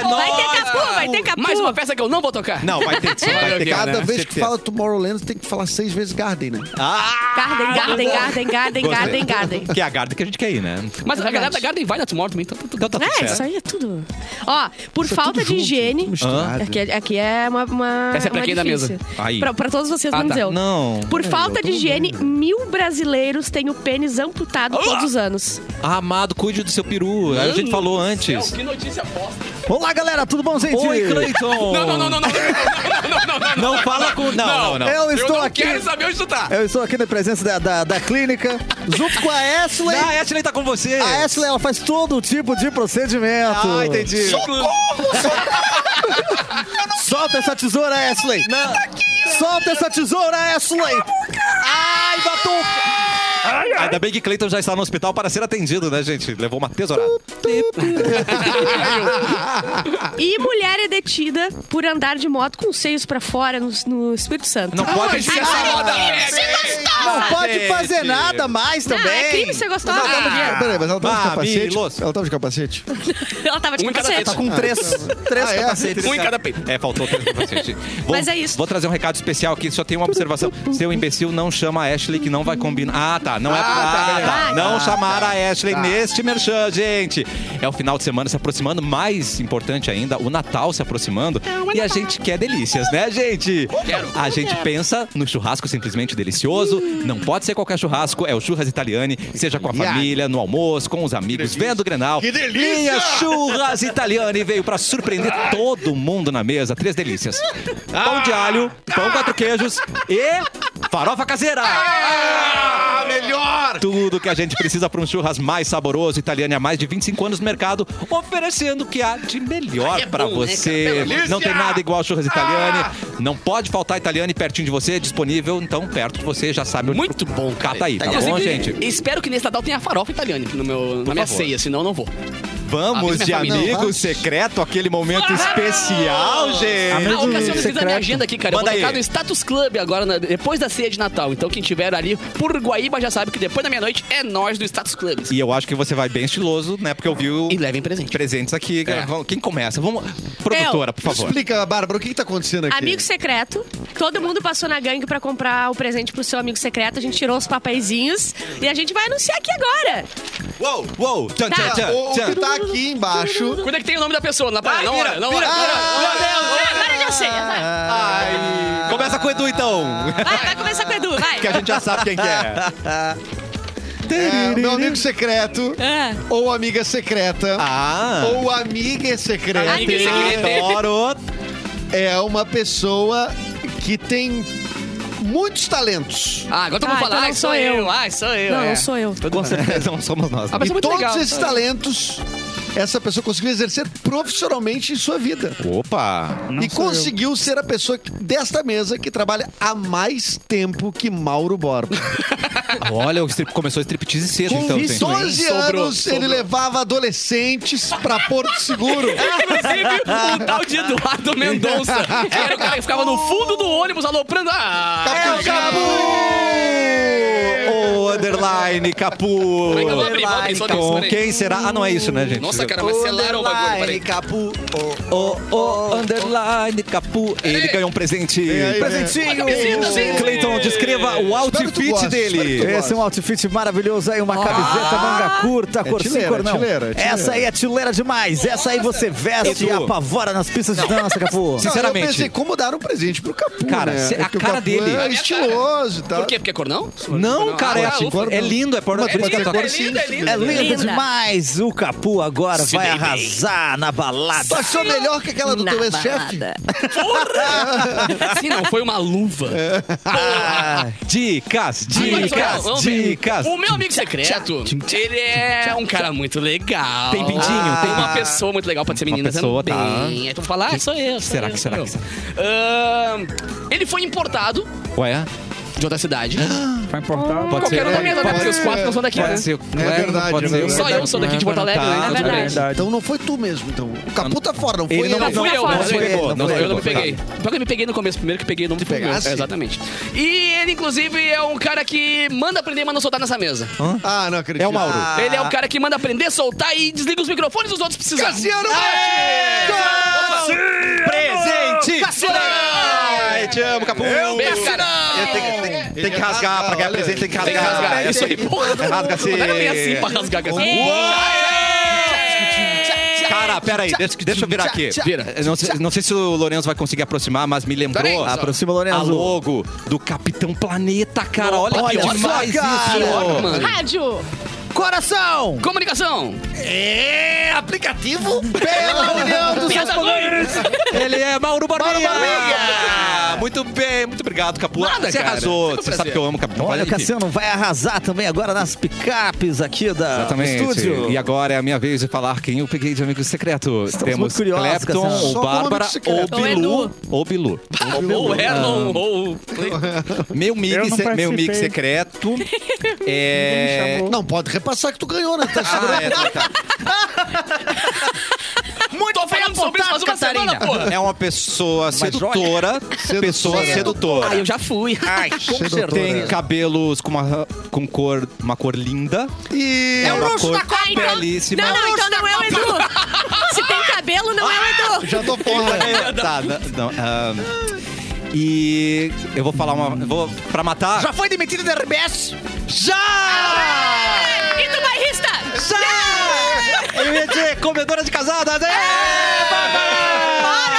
Speaker 5: Vai ter
Speaker 1: nóis.
Speaker 5: Capu, vai ter Capu.
Speaker 2: Mais uma peça que eu não vou tocar.
Speaker 1: Não, vai ter que ser, vai ter que-
Speaker 4: Cada
Speaker 2: né?
Speaker 4: vez que
Speaker 1: Certeza.
Speaker 4: fala Tomorrowland, tem que falar seis vezes Garden, né?
Speaker 1: Ah!
Speaker 5: Garden, Garden, Garden, Garden,
Speaker 1: Gostei.
Speaker 5: Garden, Garden.
Speaker 1: Que é a Garda que a gente quer ir, né?
Speaker 2: Mas a galera da Garden vai na Tomorrow também. Então, tá tudo-
Speaker 1: Então tá tudo
Speaker 5: É, isso
Speaker 1: certo.
Speaker 5: aí é tudo. Ó, por
Speaker 4: Isso é
Speaker 5: falta
Speaker 4: tudo
Speaker 5: de
Speaker 4: junto,
Speaker 5: higiene.
Speaker 4: tudo misturado.
Speaker 5: Aqui, é- aqui é uma. uma
Speaker 2: Essa é pra
Speaker 5: uma
Speaker 2: quem da
Speaker 5: difícil.
Speaker 1: mesa? Aí.
Speaker 5: Pra, pra todos vocês,
Speaker 2: Ah,
Speaker 5: menos
Speaker 2: tá.
Speaker 5: eu.
Speaker 1: Não.
Speaker 5: Por falta de higiene, mil brasileiros têm o pênis amputado todos os anos.
Speaker 1: Amado cuidado, cuide do seu peru.
Speaker 2: Hum.
Speaker 1: Aí a gente falou antes.
Speaker 2: que notícia bosta.
Speaker 6: Olá, galera, tudo bom, gente?
Speaker 1: Oi, Cleiton!
Speaker 2: Não, não, não, não, não, não, não, não, não, não.
Speaker 1: Não fala com. Não, não, não.
Speaker 6: Eu
Speaker 2: Eu
Speaker 6: estou
Speaker 2: não
Speaker 6: aqui.
Speaker 2: quero saber onde tu tá.
Speaker 6: Eu estou aqui na presença da, da, da clínica, junto com a Ashley.
Speaker 1: Ah, a Ashley tá com você!
Speaker 4: é
Speaker 6: A Ashley, ela faz todo tipo de procedimento.
Speaker 1: Ah, entendi.
Speaker 6: Solta essa tesoura, Ashley.
Speaker 1: Não.
Speaker 6: Solta essa tesoura, Ashley. Ai, batuca.
Speaker 1: Ainda bem que Cleiton já está no hospital para ser atendido, né, gente? Levou uma tesourada.
Speaker 5: E mulher é detida por andar de moto com os seios pra fora no, no Espírito Santo. Ah,
Speaker 1: Não pode
Speaker 2: Essa moda é-
Speaker 6: Não pode fazer
Speaker 1: gente.
Speaker 6: nada mais
Speaker 5: Não,
Speaker 6: também.
Speaker 5: é crime ser gostosa.
Speaker 6: Mas ela tava de- Peraí, mas ela tava de capacete?
Speaker 1: Mamilos.
Speaker 4: Ela tava de capacete?
Speaker 5: Ela tava de
Speaker 2: Um em cada
Speaker 5: capacete.
Speaker 2: dedo.
Speaker 6: Com três, três
Speaker 4: Ah, é?
Speaker 6: capacetes.
Speaker 2: Um em cada peito.
Speaker 1: É, faltou tempo pra gente. Vou-
Speaker 5: Mas é isso.
Speaker 1: Vou trazer um recado especial aqui, só tem uma observação. Seu imbecil não chama a Ashley, que não vai combinar. Ah, tá. Não é. Ah, tá. Não chamar a Ashley neste merchan, gente. É o final de semana se aproximando, mais importante ainda, o Natal se aproximando. E a gente quer delícias, né, gente?
Speaker 2: Quero.
Speaker 1: A gente pensa no churrasco simplesmente delicioso. Não pode ser qualquer churrasco, é o Churras Italiane, seja com a família, no almoço, com os amigos, vendo o Grenal.
Speaker 4: Que delícia!
Speaker 1: E a Churras Italiane veio pra surpreender todo mundo na mesa. Três delícias. Pão
Speaker 2: Ah!
Speaker 1: de alho, pão quatro queijos e farofa caseira.
Speaker 4: Ah, melhor!
Speaker 1: Tudo que a gente precisa para um churras mais saboroso. Italiane há mais de 25 anos no mercado, oferecendo o que há de melhor
Speaker 2: Ah, é
Speaker 1: pra
Speaker 2: bom, né,
Speaker 1: você.
Speaker 2: cara? Ah!
Speaker 4: Delícia!
Speaker 1: Não tem nada igual churras italiane. Não pode faltar italiane pertinho de você, disponível, então perto de você, já sabe onde
Speaker 2: Muito bom, cara.
Speaker 1: Cata aí, tá
Speaker 2: Inclusive,
Speaker 1: bom, gente?
Speaker 2: Espero que nesse Natal tenha farofa italiana no meu, na minha
Speaker 1: favor.
Speaker 2: ceia, senão eu não vou.
Speaker 1: Vamos
Speaker 2: Avisa
Speaker 1: de
Speaker 2: minha família.
Speaker 1: amigo secreto, aquele momento especial, gente.
Speaker 7: Amigo
Speaker 2: Ah, ô, Cassiano, esqueci da minha
Speaker 7: secreto.
Speaker 2: agenda aqui, cara.
Speaker 1: Manda
Speaker 2: eu vou tocar
Speaker 1: aí.
Speaker 2: no Status Club agora, na- depois da ceia de Natal. Então quem tiver ali por Guaíba já sabe que depois da meia-noite é nós do Status Club.
Speaker 1: E eu acho que você vai bem estiloso, né? Porque eu vi o
Speaker 2: E levem presente.
Speaker 1: presentes aqui. cara. Vamos- Quem começa? Vamos. Produtora, por favor.
Speaker 4: Explica, Bárbara, o que, que tá acontecendo aqui?
Speaker 5: Amigo secreto. Todo mundo passou na gangue pra comprar o presente pro seu amigo secreto. A gente tirou os papeizinhos e a gente vai anunciar aqui agora.
Speaker 1: Uou, uou, tchan,
Speaker 5: Tá.
Speaker 1: tchan, tchan,
Speaker 4: O, o
Speaker 1: tchan.
Speaker 4: que tá aqui embaixo.
Speaker 2: Quando é que tem o nome da pessoa? Na parada, não
Speaker 1: vira,
Speaker 2: olha, não
Speaker 1: vira,
Speaker 2: olha.
Speaker 1: vira.
Speaker 2: Não olha.
Speaker 5: Ah, agora eu já sei. Vai,
Speaker 1: Ai, começa com o Edu, então.
Speaker 5: vai, vai começar com o Edu, vai.
Speaker 1: que a gente já sabe quem que é.
Speaker 4: É, meu amigo secreto.
Speaker 5: Ah.
Speaker 4: Ou amiga secreta.
Speaker 1: Ah.
Speaker 4: Ou amiga secreta.
Speaker 2: Amiga secreta.
Speaker 1: Adoro.
Speaker 4: É uma pessoa que tem muitos talentos.
Speaker 2: Ah, agora todo mundo
Speaker 5: Ah,
Speaker 2: fala,
Speaker 5: então
Speaker 2: ai,
Speaker 5: não
Speaker 2: sou
Speaker 5: sou eu.
Speaker 2: eu, ai, sou eu.
Speaker 5: Não,
Speaker 2: é.
Speaker 5: não sou eu.
Speaker 1: Com certeza não somos nós.
Speaker 2: Ah, mas é
Speaker 4: e
Speaker 2: muito
Speaker 4: todos
Speaker 2: legal.
Speaker 4: esses talentos, essa pessoa conseguiu exercer profissionalmente em sua vida.
Speaker 1: Opa.
Speaker 7: Não
Speaker 4: e
Speaker 7: sou eu.
Speaker 4: conseguiu ser a pessoa que- desta mesa que trabalha há mais tempo que Mauro Borba.
Speaker 1: Olha, o strip, começou o striptease cedo,
Speaker 4: Com
Speaker 1: então, gente.
Speaker 4: 12 anos, ele levava adolescentes pra Porto Seguro.
Speaker 2: Inclusive, o tal de Eduardo Mendonça. que Era o cara que ficava no fundo do ônibus aloprando. Ah,
Speaker 1: É o Capu! O underline Capu!
Speaker 2: Como é que eu vou abrir mão disso? Olha isso,
Speaker 1: Com
Speaker 2: peraí.
Speaker 1: quem Tá será? Ah, não é isso, né, gente?
Speaker 2: Nossa, cara, mas selaram o bagulho. peraí.
Speaker 6: Underline, capu. Oh,
Speaker 1: O, o underline Capu. Ele
Speaker 2: é.
Speaker 1: ganhou um presente.
Speaker 4: aí,
Speaker 1: Presente.
Speaker 6: Presentinho.
Speaker 1: Cleiton, descreva o
Speaker 4: Espero que tu
Speaker 1: outfit
Speaker 4: goste, espero
Speaker 1: dele.
Speaker 4: que
Speaker 6: Esse é um outfit maravilhoso aí, uma camiseta manga curta, cor
Speaker 4: tileira,
Speaker 6: sem cor não.
Speaker 4: Ah. é tileira, é tileira.
Speaker 6: Essa aí é tileira demais. Essa aí você veste e
Speaker 1: Edu.
Speaker 6: apavora nas pistas de dança, Capu.
Speaker 1: Sim. Sinceramente.
Speaker 4: eu pensei, como dar um presente pro Capu,
Speaker 1: Cara,
Speaker 4: né?
Speaker 1: cê- a
Speaker 4: Porque o
Speaker 1: cara
Speaker 4: Capu
Speaker 1: dele.
Speaker 4: É estiloso e tal.
Speaker 2: Por quê? Porque é cor não?
Speaker 1: Não, cara, é,
Speaker 2: Ah, ufa.
Speaker 1: é lindo, é porta
Speaker 4: Mas pode ser cor sim, se
Speaker 6: É
Speaker 4: quiser.
Speaker 6: linda
Speaker 5: Linda.
Speaker 6: demais. O Capu agora
Speaker 2: Se
Speaker 6: vai
Speaker 2: dei bem.
Speaker 6: arrasar na balada.
Speaker 4: Tu achou melhor que aquela do
Speaker 5: Na
Speaker 4: teu ex-chefe?
Speaker 5: balada.
Speaker 2: Sim, não, foi uma luva.
Speaker 1: Dicas,
Speaker 2: Agora sou eu,
Speaker 6: Ah,
Speaker 1: É. dicas,
Speaker 2: Ah, vamos ver.
Speaker 1: dicas.
Speaker 2: O meu amigo secreto, ele é um cara muito legal.
Speaker 1: Tem pintinho, tem
Speaker 2: uma
Speaker 1: pintinho.
Speaker 2: pessoa muito legal, pode ser menina
Speaker 1: pessoa, tá.
Speaker 2: também. Aí tu fala, ah, sou eu. sou
Speaker 1: será
Speaker 2: eu,
Speaker 1: que-
Speaker 2: sou
Speaker 1: será
Speaker 2: eu.
Speaker 1: que-
Speaker 2: Ahn, ele foi importado
Speaker 1: Ué?
Speaker 2: de outra cidade.
Speaker 7: Vai importar?
Speaker 1: Ah, Pode
Speaker 2: Qualquer um da mesa, né? Porque os quatro não são daqui, né?
Speaker 1: Pode ser.
Speaker 4: É verdade,
Speaker 1: pode
Speaker 4: é
Speaker 1: ser.
Speaker 4: verdade.
Speaker 2: Só eu sou daqui de Porto Alegre, né?
Speaker 1: Tá,
Speaker 5: É
Speaker 2: Então, tudo bem.
Speaker 5: verdade.
Speaker 7: Verdade.
Speaker 4: Então não foi tu mesmo, então. O Capu tá fora, não foi
Speaker 1: Ele
Speaker 4: ele.
Speaker 1: não-
Speaker 2: Não,
Speaker 1: Não,
Speaker 2: fui eu,
Speaker 5: fora,
Speaker 2: não
Speaker 5: foi
Speaker 2: fui
Speaker 1: ele, não
Speaker 2: eu.
Speaker 1: foi
Speaker 2: Eu
Speaker 1: ele.
Speaker 2: não me peguei. Pior que eu me peguei no começo, primeiro que peguei no primeiro.
Speaker 4: pegasse?
Speaker 2: Exatamente. E ele, inclusive, é um cara que manda aprender, manda soltar nessa mesa.
Speaker 4: Ah, não acredito.
Speaker 1: É o Mauro.
Speaker 2: Ele é o cara que manda aprender, soltar e desliga os microfones dos outros precisar.
Speaker 4: Cassiano Martins!
Speaker 1: Presente! Ai, te amo, Capu!
Speaker 2: Beijo, cara.
Speaker 1: Tem, tem- tem que rasgar, pra ganhar presente tem que rasgar.
Speaker 2: Tem que rasgar. é Isso aí, porra.
Speaker 1: Rasga É. sim.
Speaker 2: Não era bem assim pra rasgar, cara.
Speaker 1: Cara, peraí, deixa, deixa eu virar aqui.
Speaker 2: Vira.
Speaker 1: Eu Não sei, não sei se o Lourenço vai conseguir aproximar, mas me lembrou
Speaker 2: Lorenzo.
Speaker 1: a,
Speaker 6: Aproxima,
Speaker 1: a
Speaker 6: Lorenzo.
Speaker 1: logo do Capitão Planeta, cara. Olha,
Speaker 6: Olha
Speaker 1: que
Speaker 6: só,
Speaker 1: demais
Speaker 6: cara.
Speaker 1: isso.
Speaker 2: Mano.
Speaker 5: Rádio.
Speaker 6: Coração!
Speaker 2: Comunicação.
Speaker 3: É aplicativo.
Speaker 6: Pela união dos seus
Speaker 2: Piada
Speaker 6: poderes!
Speaker 1: Ele é Mauro Barbinha!
Speaker 3: Barbinha!
Speaker 1: Muito bem, muito obrigado, Capu.
Speaker 2: Nada,
Speaker 1: você
Speaker 2: cara.
Speaker 1: arrasou.
Speaker 2: Sempre
Speaker 1: Você
Speaker 2: um
Speaker 1: sabe
Speaker 2: prazer.
Speaker 1: que eu amo Capitão
Speaker 6: Olha,
Speaker 1: Olha,
Speaker 6: o Cassiano vai arrasar também agora nas picapes aqui da,
Speaker 1: Exatamente.
Speaker 6: do estúdio.
Speaker 1: E agora é a minha vez de falar quem eu peguei de amigo secreto. Temos
Speaker 6: muito curiosos,
Speaker 1: Clapton,
Speaker 6: Cassiano.
Speaker 1: o
Speaker 4: Só
Speaker 1: Bárbara,
Speaker 4: amigo
Speaker 1: ou
Speaker 4: secreto.
Speaker 1: Bilu. Ou Bilu.
Speaker 2: Ou Elon, ou...
Speaker 1: Meu
Speaker 7: Eu
Speaker 1: mig,
Speaker 7: não
Speaker 1: se- meu mig
Speaker 7: participei.
Speaker 1: secreto é...
Speaker 7: chamou.
Speaker 4: Não, pode repassar que tu ganhou, né? Tá
Speaker 1: Ah, é, tá, tá.
Speaker 2: Muito Tô falando sobre isso faz uma
Speaker 6: Catarina.
Speaker 2: semana, porra.
Speaker 1: É uma pessoa sedutora. Pessoa sedutora.
Speaker 2: Ah, eu já fui.
Speaker 1: Tem cabelos com uma, com cor, uma cor linda.
Speaker 4: E...
Speaker 1: É uma cor
Speaker 5: Ah, então-
Speaker 1: belíssima.
Speaker 5: Não, não, então não é o Edu. Se tem cabelo, não é o Edu.
Speaker 4: Já tô fora.
Speaker 1: É, tá, não, não, ah, e eu vou falar uma. eu Vou, pra matar.
Speaker 6: Já foi demitido da RBS?
Speaker 1: Ah!
Speaker 5: E do bairrista.
Speaker 1: Eu ia dizer comedora de casadas! É, babá!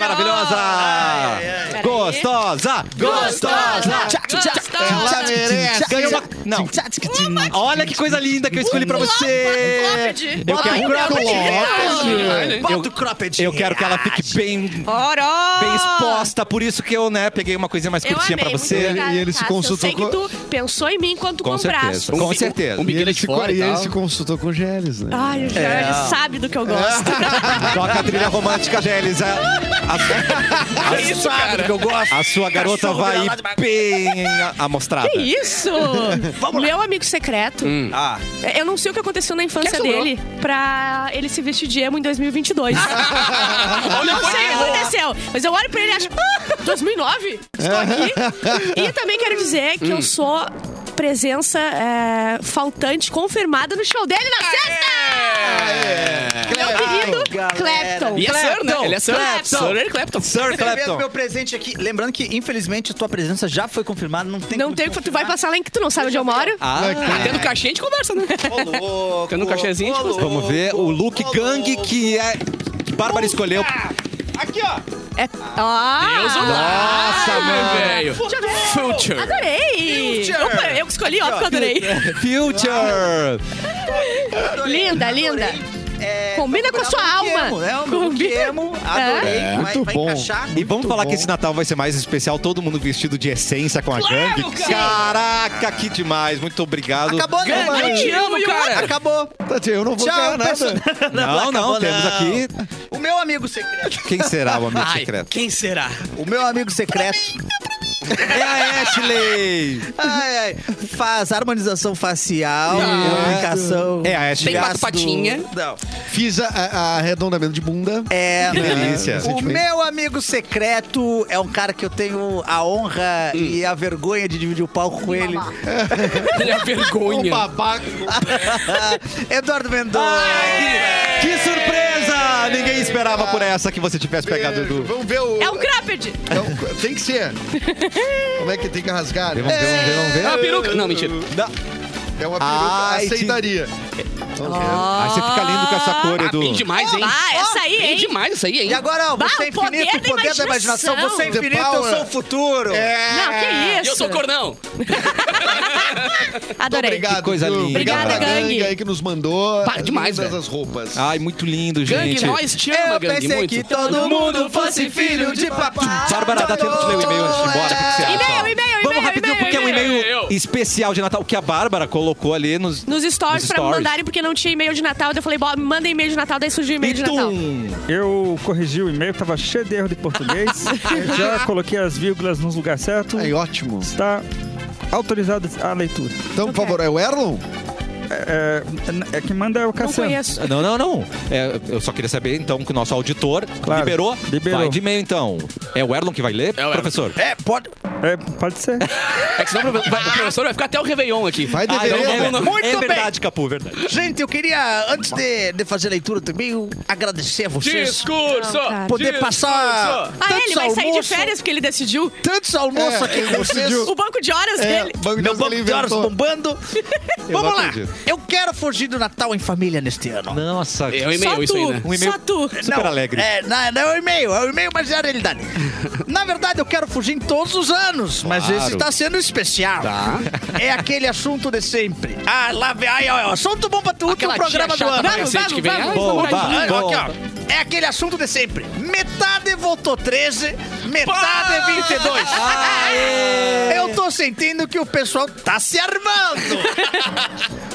Speaker 1: Maravilhosa!
Speaker 5: ai.
Speaker 1: Gostosa! Gostosa!
Speaker 5: Gostosa.
Speaker 4: merece.
Speaker 1: Ganhou uma. Não. Olha que coisa linda que eu escolhi pra você!
Speaker 5: Clópede.
Speaker 1: Eu quero,
Speaker 6: Bota o cropped.
Speaker 1: eu quero que ela fique bem,
Speaker 5: Ora!
Speaker 1: bem exposta, por isso que eu, né, peguei uma coisinha mais
Speaker 5: Eu
Speaker 1: curtinha
Speaker 5: amei,
Speaker 1: pra
Speaker 5: muito
Speaker 1: você.
Speaker 5: obrigada,
Speaker 4: E ele se
Speaker 5: Cássio.
Speaker 4: consultou
Speaker 5: Eu sei que
Speaker 4: com-
Speaker 5: tu pensou em mim enquanto
Speaker 1: Com
Speaker 5: comprasse.
Speaker 1: certeza. Com certeza.
Speaker 2: Um
Speaker 4: E ele,
Speaker 2: biquíni de
Speaker 4: se,
Speaker 2: fora
Speaker 4: e
Speaker 2: e
Speaker 4: ele
Speaker 2: tal.
Speaker 4: se consultou com o Geles, né?
Speaker 5: Ai, o Jorge sabe do que eu
Speaker 4: É.
Speaker 5: gosto.
Speaker 1: Toca a trilha romântica, Gélis. A, a- a-
Speaker 2: isso, cara?
Speaker 1: eu gosto. A sua garota
Speaker 6: Cachorro
Speaker 1: vai
Speaker 6: dela lá de bagunça.
Speaker 1: bem a- amostrada.
Speaker 2: É.
Speaker 5: Que É isso? Meu amigo secreto.
Speaker 1: Ah,
Speaker 5: Eu não sei o que aconteceu na infância
Speaker 2: Quem segurou?
Speaker 5: dele pra ele se vestir de emo em 2022.
Speaker 2: Olha
Speaker 5: não
Speaker 2: quanto
Speaker 5: sei o que
Speaker 2: errou.
Speaker 5: aconteceu. Mas eu olho pra ele e acho, "Ah, 2009? Estou aqui. E também quero dizer que eu sou presença é, faltante confirmada no show dele na sexta! Meu querido
Speaker 6: galera.
Speaker 5: Clapton.
Speaker 2: E é Sir, né? Ele é Sir.
Speaker 5: Clapton.
Speaker 2: Sir Eric Clapton.
Speaker 1: Sir
Speaker 6: Recebendo
Speaker 1: Clapton.
Speaker 6: é meu presente aqui. Lembrando que, infelizmente, a tua presença já foi confirmada. Não tem
Speaker 5: Não
Speaker 6: como
Speaker 5: tem o que tu vai
Speaker 6: confirmar.
Speaker 5: passar lá em que tu não sabe onde eu moro.
Speaker 1: Ah,
Speaker 2: Até no cachê a gente conversa, né?
Speaker 6: Ô, louco.
Speaker 2: Tendo um cachezinho, tipo,
Speaker 1: vamos ver o look gang que é que Bárbara escolheu.
Speaker 5: É. Ah!
Speaker 2: Deus o Nossa,
Speaker 5: Ah,
Speaker 2: velho.
Speaker 5: Future.
Speaker 2: Future.
Speaker 5: Adorei! Opa, eu que escolhi, ó, que eu adorei.
Speaker 1: é, Future!
Speaker 6: Adorei,
Speaker 5: Linda,
Speaker 6: adorei.
Speaker 5: linda.
Speaker 6: É,
Speaker 5: Combina com a sua
Speaker 6: é um
Speaker 5: alma.
Speaker 6: Emo, né? Um Combina.
Speaker 5: Combina.
Speaker 6: Emo, adorei.
Speaker 4: É,
Speaker 6: vai,
Speaker 4: muito
Speaker 6: vai
Speaker 4: bom.
Speaker 6: encaixar.
Speaker 1: E vamos falar
Speaker 4: bom.
Speaker 1: que esse Natal vai ser mais especial, todo mundo vestido de essência com a
Speaker 2: Claro,
Speaker 1: gangue.
Speaker 2: cara!
Speaker 1: Caraca, que demais! Muito obrigado.
Speaker 6: Acabou, né,
Speaker 2: Gangue,
Speaker 6: mano?
Speaker 2: eu te amo, cara.
Speaker 6: Acabou.
Speaker 4: Tá, Eu não vou
Speaker 6: Tchau,
Speaker 4: ganhar nada.
Speaker 6: personagem.
Speaker 1: Não, não, temos aqui.
Speaker 6: O meu amigo secreto.
Speaker 1: Quem será o amigo
Speaker 2: Ai,
Speaker 1: secreto?
Speaker 2: quem será?
Speaker 6: O meu amigo secreto.
Speaker 1: É a Ashley!
Speaker 6: Ai, ai. Faz harmonização facial, comunicação.
Speaker 1: É a Ashley.
Speaker 2: Tem quatro
Speaker 6: Gasto-
Speaker 2: patinhas.
Speaker 6: Não.
Speaker 4: Fiz a, a- arredondamento de bunda.
Speaker 6: É,
Speaker 1: Que delícia.
Speaker 6: O
Speaker 4: Sentimento.
Speaker 6: meu amigo secreto é um cara que eu tenho a honra e a vergonha de dividir o palco com ele.
Speaker 2: Ele é vergonha.
Speaker 4: babaca.
Speaker 6: Eduardo Mendonça.
Speaker 1: Que surpresa! Ninguém esperava por essa que você tivesse pegado, Edu.
Speaker 4: Vamos ver o...
Speaker 5: É um crápede!
Speaker 4: É o- Tem que ser. Como é que tem que rasgar?
Speaker 1: Vamos
Speaker 4: É,
Speaker 1: ver, vamos ver, vamos ver.
Speaker 2: É uma peruca. Não, mentira.
Speaker 4: é uma peruca.
Speaker 1: Ai, te-
Speaker 4: aceitaria. Vamos ver.
Speaker 1: Aí você fica lindo com essa cor,
Speaker 2: Ah, bem
Speaker 1: Edu.
Speaker 2: demais, hein?
Speaker 5: Ah, essa aí,
Speaker 2: Bem
Speaker 5: hein?
Speaker 2: demais essa aí, hein?
Speaker 6: E agora, ó,
Speaker 5: Bah,
Speaker 6: você é
Speaker 5: o poder
Speaker 6: infinito,
Speaker 5: da
Speaker 6: o poder da imaginação.
Speaker 5: imaginação.
Speaker 6: Você é
Speaker 4: The
Speaker 6: infinito, eu
Speaker 4: power.
Speaker 6: sou o futuro.
Speaker 4: É.
Speaker 5: Não, que
Speaker 2: E
Speaker 5: isso?
Speaker 2: eu sou cornão.
Speaker 5: Adorei.
Speaker 4: Obrigado,
Speaker 1: Que coisa
Speaker 4: Edu.
Speaker 1: linda.
Speaker 4: Obrigado
Speaker 5: Obrigada,
Speaker 4: pra
Speaker 5: gangue.
Speaker 4: gangue aí que nos mandou.
Speaker 2: Pá, demais,
Speaker 4: Lindas
Speaker 2: velho.
Speaker 4: as roupas.
Speaker 1: Ai, muito lindo,
Speaker 2: Gangue,
Speaker 1: gente.
Speaker 2: nós te ama,
Speaker 6: Eu
Speaker 2: Gangue,
Speaker 6: pensei
Speaker 2: muito.
Speaker 6: que todo mundo fosse filho de papai.
Speaker 1: Bárbara, dá tempo de ler o e-mail antes de ir embora. O que que você acha?
Speaker 5: Um E-mail, e-mail,
Speaker 1: Vamos
Speaker 5: e-mail,
Speaker 1: rapidinho, porque é um
Speaker 5: e-mail.
Speaker 1: e-mail
Speaker 2: e-mail.
Speaker 1: especial de Natal que a Bárbara colocou ali nos,
Speaker 5: Nos stories
Speaker 1: nos
Speaker 5: pra me mandarem, porque não tinha e-mail de Natal. Daí eu falei, "Bom, me manda e-mail de Natal, daí surgiu e-mail
Speaker 1: E
Speaker 5: de Natal.
Speaker 1: tum!
Speaker 5: Então-
Speaker 7: Eu corrigi o e-mail, tava cheio de erro de português. Eu já coloquei as vírgulas nos lugares certos.
Speaker 4: Ai, ótimo.
Speaker 7: Está autorizado a leitura.
Speaker 4: Então, por favor, é o Erlon?
Speaker 7: É, é- é que manda é o
Speaker 5: Não
Speaker 7: Cassiano.
Speaker 5: conheço.
Speaker 1: Não, não, não. É, eu só queria saber, então, que o nosso auditor
Speaker 7: Claro,
Speaker 1: liberou.
Speaker 7: liberou.
Speaker 1: Vai de e-mail, então. É o Erlon que vai ler,
Speaker 2: É o Erlon.
Speaker 1: professor?
Speaker 6: É, pode.
Speaker 7: É, pode ser.
Speaker 2: É que senão o profe-
Speaker 6: Ah.
Speaker 2: vai- o professor vai ficar até o Réveillon aqui.
Speaker 4: Vai
Speaker 1: Ah,
Speaker 4: deveria.
Speaker 1: então,
Speaker 2: não, não, não.
Speaker 1: é,
Speaker 6: Muito
Speaker 1: verdade, Capu, verdade.
Speaker 6: Gente, eu queria, antes de, de fazer a leitura também, eu agradecer a vocês.
Speaker 2: Discurso!
Speaker 5: Não, cara.
Speaker 6: Poder
Speaker 2: Discurso!
Speaker 6: passar
Speaker 5: Ah,
Speaker 6: tantos
Speaker 5: ele vai sair de
Speaker 6: almoços,
Speaker 5: férias porque ele decidiu.
Speaker 6: tantos almoços
Speaker 4: É,
Speaker 6: aqui
Speaker 4: ele
Speaker 6: com vocês.
Speaker 4: decidiu.
Speaker 5: O banco de horas
Speaker 4: É,
Speaker 5: dele.
Speaker 4: banco
Speaker 6: Meu
Speaker 4: de então.
Speaker 6: banco de horas
Speaker 4: inventou.
Speaker 6: bombando. Vamos lá.
Speaker 1: acredito.
Speaker 6: Eu quero fugir do Natal em família neste ano.
Speaker 1: Nossa,
Speaker 2: É um
Speaker 5: Só
Speaker 2: e-mail
Speaker 5: tu,
Speaker 2: isso aí, né?
Speaker 1: Um e-mail-
Speaker 5: só tu.
Speaker 1: super alegre.
Speaker 6: É, não, não é o e-mail, é o e-mail, mas é a realidade. Na verdade, eu quero fugir em todos os anos, mas
Speaker 1: Claro.
Speaker 6: esse está sendo especial. É aquele assunto de sempre. Ah, lá vem. Aí, ó, assunto bom pra tu, último
Speaker 2: Aquela tia
Speaker 6: programa do
Speaker 2: chata
Speaker 6: ano.
Speaker 2: pra cacete que vem.
Speaker 5: vamos,
Speaker 2: Ai,
Speaker 1: Boa,
Speaker 2: vamos,
Speaker 1: vai,
Speaker 2: vamos.
Speaker 1: boa.
Speaker 6: Aqui, ó. É aquele assunto de sempre. Metade votou 13, metade 22. Eu tô sentindo que o pessoal tá se armando.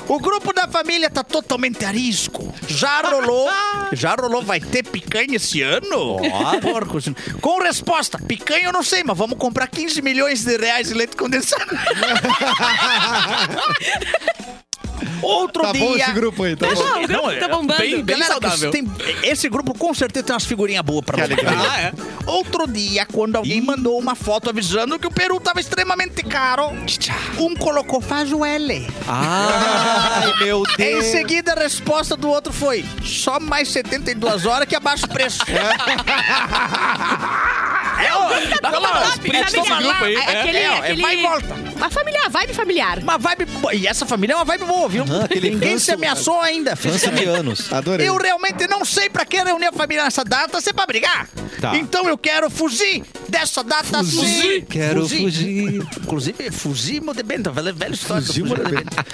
Speaker 6: O grupo da família tá totalmente arisco. Já rolou, já rolou, vai ter picanha esse ano? Porco, sim. com resposta, picanha eu não sei, mas vamos comprar 15 milhões de reais de leite condensado. Outro
Speaker 4: Tá
Speaker 6: dia...
Speaker 4: bom esse grupo aí, tá bom.
Speaker 5: Ah, o grupo tá bombando.
Speaker 2: é, Bem, bem
Speaker 6: Galera,
Speaker 2: saudável.
Speaker 6: tem- esse grupo com certeza tem umas figurinhas boas pra nós.
Speaker 2: Ah, é.
Speaker 6: Outro dia, quando alguém mandou uma foto avisando que o peru tava extremamente caro, um colocou faz o L.
Speaker 1: Ai, meu
Speaker 6: Em
Speaker 1: Deus.
Speaker 6: seguida, a resposta do outro foi só mais 72 horas que abaixa o preço.
Speaker 2: É. Dá pra lá, os
Speaker 5: Sabe
Speaker 2: prints desse
Speaker 5: que-
Speaker 2: grupo aí.
Speaker 5: a-
Speaker 2: é.
Speaker 5: Aquele,
Speaker 6: é, é,
Speaker 5: aquele...
Speaker 6: vai e volta.
Speaker 5: Uma familiar, vibe familiar.
Speaker 6: Uma vibe boa. E essa família é uma vibe boa, viu?
Speaker 1: Aham, aquele
Speaker 6: Ninguém se
Speaker 1: ranço-
Speaker 6: ameaçou ainda.
Speaker 1: Cansa de anos.
Speaker 4: Adorei.
Speaker 6: Eu realmente não sei pra que reunir a família nessa data, se é pra brigar.
Speaker 1: Tá.
Speaker 6: Então eu quero fugir dessa data. assim. Fugir?
Speaker 1: Quero fugir.
Speaker 6: Inclusive, fugimos de bento. Velha, velha história. do Fugimos de bento.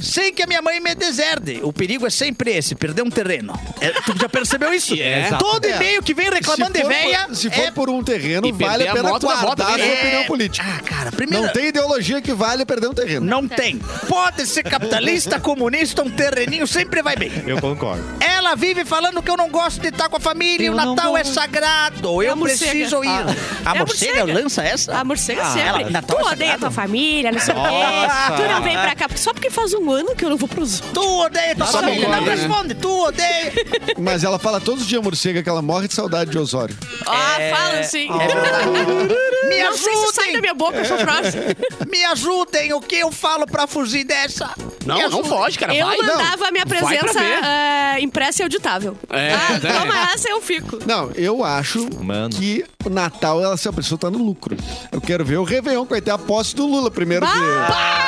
Speaker 6: Sem que a minha mãe me deserde. O perigo é sempre esse, perder um terreno. É, tu já percebeu isso?
Speaker 2: É.
Speaker 6: Todo
Speaker 4: É.
Speaker 6: e-mail que vem reclamando
Speaker 4: se
Speaker 6: de
Speaker 4: for
Speaker 6: véia...
Speaker 4: por- Se for
Speaker 6: é...
Speaker 4: por um terreno,
Speaker 2: E
Speaker 4: vale
Speaker 2: perder
Speaker 4: a
Speaker 2: a
Speaker 4: pena
Speaker 2: moto da moto
Speaker 4: guardar a
Speaker 2: também.
Speaker 4: sua
Speaker 6: é-
Speaker 4: opinião política.
Speaker 6: Ah, cara, primeiro...
Speaker 4: Não tem ideologia que vale perder um terreno.
Speaker 6: Não tem. Pode ser capitalista, comunista, um terreninho sempre vai bem.
Speaker 4: Eu concordo.
Speaker 6: Ela vive falando que eu não gosto de estar com a família, o
Speaker 1: Eu não
Speaker 6: Natal é
Speaker 1: gosto.
Speaker 6: sagrado,
Speaker 5: É
Speaker 6: eu
Speaker 5: a morcega. É
Speaker 6: preciso ir.
Speaker 5: a
Speaker 6: A morcega
Speaker 5: morcega.
Speaker 6: lança essa?
Speaker 5: A morcega
Speaker 1: Ah,
Speaker 5: sempre.
Speaker 6: ela- Natal
Speaker 5: tu
Speaker 6: é
Speaker 5: odeia
Speaker 6: sagrado?
Speaker 5: tua família, não sei o
Speaker 1: Nossa.
Speaker 5: quê. Tu não vem pra cá. porque- Só porque faz um ano que eu não vou pros...
Speaker 6: Tu odeia tua
Speaker 1: Só
Speaker 6: família,
Speaker 1: não
Speaker 6: não
Speaker 1: gosta, né?
Speaker 6: responde, tu odeia.
Speaker 4: Mas ela fala todos os dias, morcega, que ela morre de saudade de Osório.
Speaker 5: Ah, fala assim.
Speaker 6: É. Ah. Me
Speaker 5: Não sei se sai da
Speaker 6: ajudem,
Speaker 5: minha boca, eu sou próximo.
Speaker 6: me ajudem, o que eu falo pra fugir dessa?
Speaker 2: Não, não foge, cara.
Speaker 5: Eu
Speaker 2: vai.
Speaker 5: mandava a minha
Speaker 2: Vai pra
Speaker 5: presença
Speaker 2: ver.
Speaker 5: ah, impressa e auditável.
Speaker 2: É,
Speaker 5: ah,
Speaker 2: tá.
Speaker 5: toma essa, eu fico.
Speaker 4: Não, eu acho
Speaker 1: Mano.
Speaker 4: que o Natal, ela, essa pessoa tá no lucro. Eu quero ver o Réveillon, vai ter a posse do Lula primeiro. Que...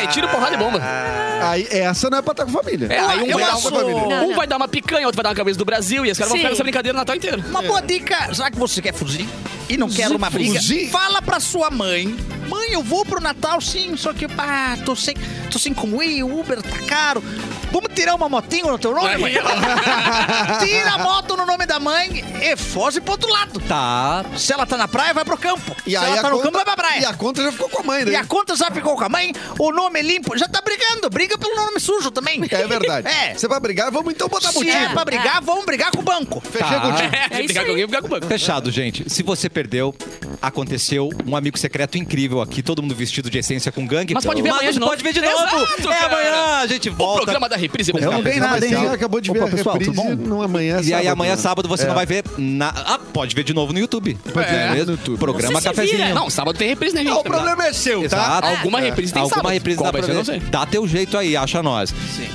Speaker 2: É, tira porrada e bomba.
Speaker 5: Ah.
Speaker 4: Aí, essa não é pra estar com família.
Speaker 2: É, aí um
Speaker 6: eu
Speaker 2: vai, dar
Speaker 6: acho-
Speaker 2: uma, um
Speaker 5: Não, não.
Speaker 2: vai dar uma picanha, outro vai dar uma cabeça do Brasil e os caras vão
Speaker 5: Sim.
Speaker 2: ficar nessa brincadeira o Natal inteiro.
Speaker 4: É.
Speaker 6: Uma boa dica, já que você quer fugir e não quer uma briga,
Speaker 4: Fugir?
Speaker 6: fala pra sua mãe. Mãe, eu vou pro Natal sim, só que pá, tô sem, tô sem como ir, o Uber tá caro. Vamos tirar uma motinha no teu nome, mãe? Tira a moto no nome da mãe e foge pro outro lado.
Speaker 1: Tá.
Speaker 6: Se ela tá na praia, vai pro campo.
Speaker 4: E
Speaker 6: Se
Speaker 4: aí
Speaker 6: ela
Speaker 4: a
Speaker 6: tá no
Speaker 4: conta-
Speaker 6: campo, vai pra praia.
Speaker 4: E a conta já ficou com a mãe, né?
Speaker 6: E a conta já ficou com a mãe, o nome limpo, já tá brigando, briga pelo nome sujo também.
Speaker 4: É verdade.
Speaker 6: É.
Speaker 4: Você vai brigar, vamos então botar
Speaker 6: Se
Speaker 4: motivo.
Speaker 6: é pra brigar, vamos brigar com o banco.
Speaker 4: Fechei contigo.
Speaker 2: É,
Speaker 5: isso
Speaker 2: brincar
Speaker 5: aí.
Speaker 2: com alguém, brincar com o banco.
Speaker 1: Fechado, gente. Se você perdeu, aconteceu um amigo secreto incrível aqui, todo mundo vestido de essência com gangue.
Speaker 2: Mas pode ver amanhã de novo.
Speaker 1: pode ver de novo.
Speaker 2: Exato,
Speaker 1: é
Speaker 2: cara.
Speaker 1: amanhã, a gente
Speaker 2: O
Speaker 1: volta.
Speaker 2: programa da reprise é bom.
Speaker 1: Eu
Speaker 6: um
Speaker 1: não
Speaker 2: pra
Speaker 1: ganhei
Speaker 4: Não, mas
Speaker 1: nada, hein?
Speaker 4: ela acabou de ver a
Speaker 7: pessoal,
Speaker 4: reprise,
Speaker 7: tudo
Speaker 4: não amanhã é
Speaker 1: E aí
Speaker 4: sábado,
Speaker 1: amanhã,
Speaker 4: né?
Speaker 1: sábado, você
Speaker 4: É.
Speaker 1: não vai ver na... Ah, pode ver de novo no YouTube.
Speaker 4: Pode ver
Speaker 1: Não
Speaker 4: no YouTube.
Speaker 1: Programa
Speaker 5: Você se vira.
Speaker 1: Cafezinho.
Speaker 2: Não, sábado tem reprise, né, gente?
Speaker 4: Ah, o problema é seu, tá?
Speaker 1: Exato.
Speaker 2: Alguma reprise tem
Speaker 1: Alguma
Speaker 2: sábado.
Speaker 1: reprise dá
Speaker 2: Qual vai
Speaker 1: pra
Speaker 2: ser,
Speaker 1: ver.
Speaker 2: não sei.
Speaker 1: Dá teu jeito aí, acha nós.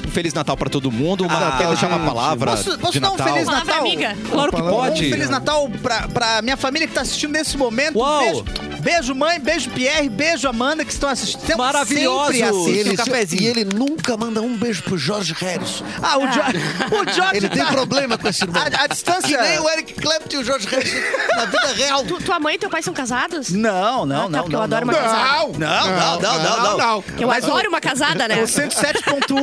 Speaker 1: Um Feliz Natal pra todo mundo.
Speaker 6: Ah,
Speaker 1: Uma,
Speaker 4: Natal,
Speaker 1: quer deixar uma
Speaker 4: gente.
Speaker 1: palavra
Speaker 6: Posso- posso
Speaker 1: de
Speaker 6: dar um
Speaker 1: Natal?
Speaker 6: Feliz Natal?
Speaker 5: Palavra amiga.
Speaker 1: Claro que
Speaker 4: Palavra.
Speaker 1: pode.
Speaker 6: Um Feliz Natal pra, pra minha família que tá assistindo nesse momento.
Speaker 1: Uau!
Speaker 6: Beijo, beijo, mãe, beijo, Pierre, beijo, Amanda, que estão assistindo.
Speaker 1: Maravilhosos!
Speaker 6: Sempre
Speaker 4: E
Speaker 6: assistem
Speaker 4: ele,
Speaker 6: o cafezinho.
Speaker 4: e ele nunca manda um beijo pro Jorge Harrison.
Speaker 6: Ah, o, jo o Jorge
Speaker 4: Ele tem
Speaker 6: tá-
Speaker 4: problema com esse irmão.
Speaker 6: A, a distância...
Speaker 4: Nem o Eric Clapton e o Jorge Harrison na vida real.
Speaker 5: Tu- tua mãe e teu pai são casados?
Speaker 6: Não, não,
Speaker 5: Ah, tá,
Speaker 6: não,
Speaker 5: porque eu
Speaker 6: não,
Speaker 5: adoro
Speaker 6: não.
Speaker 5: uma casada.
Speaker 6: Não, não, não, não, não.
Speaker 5: Eu
Speaker 6: Mas
Speaker 5: adoro uma casada, né?
Speaker 6: O 107.1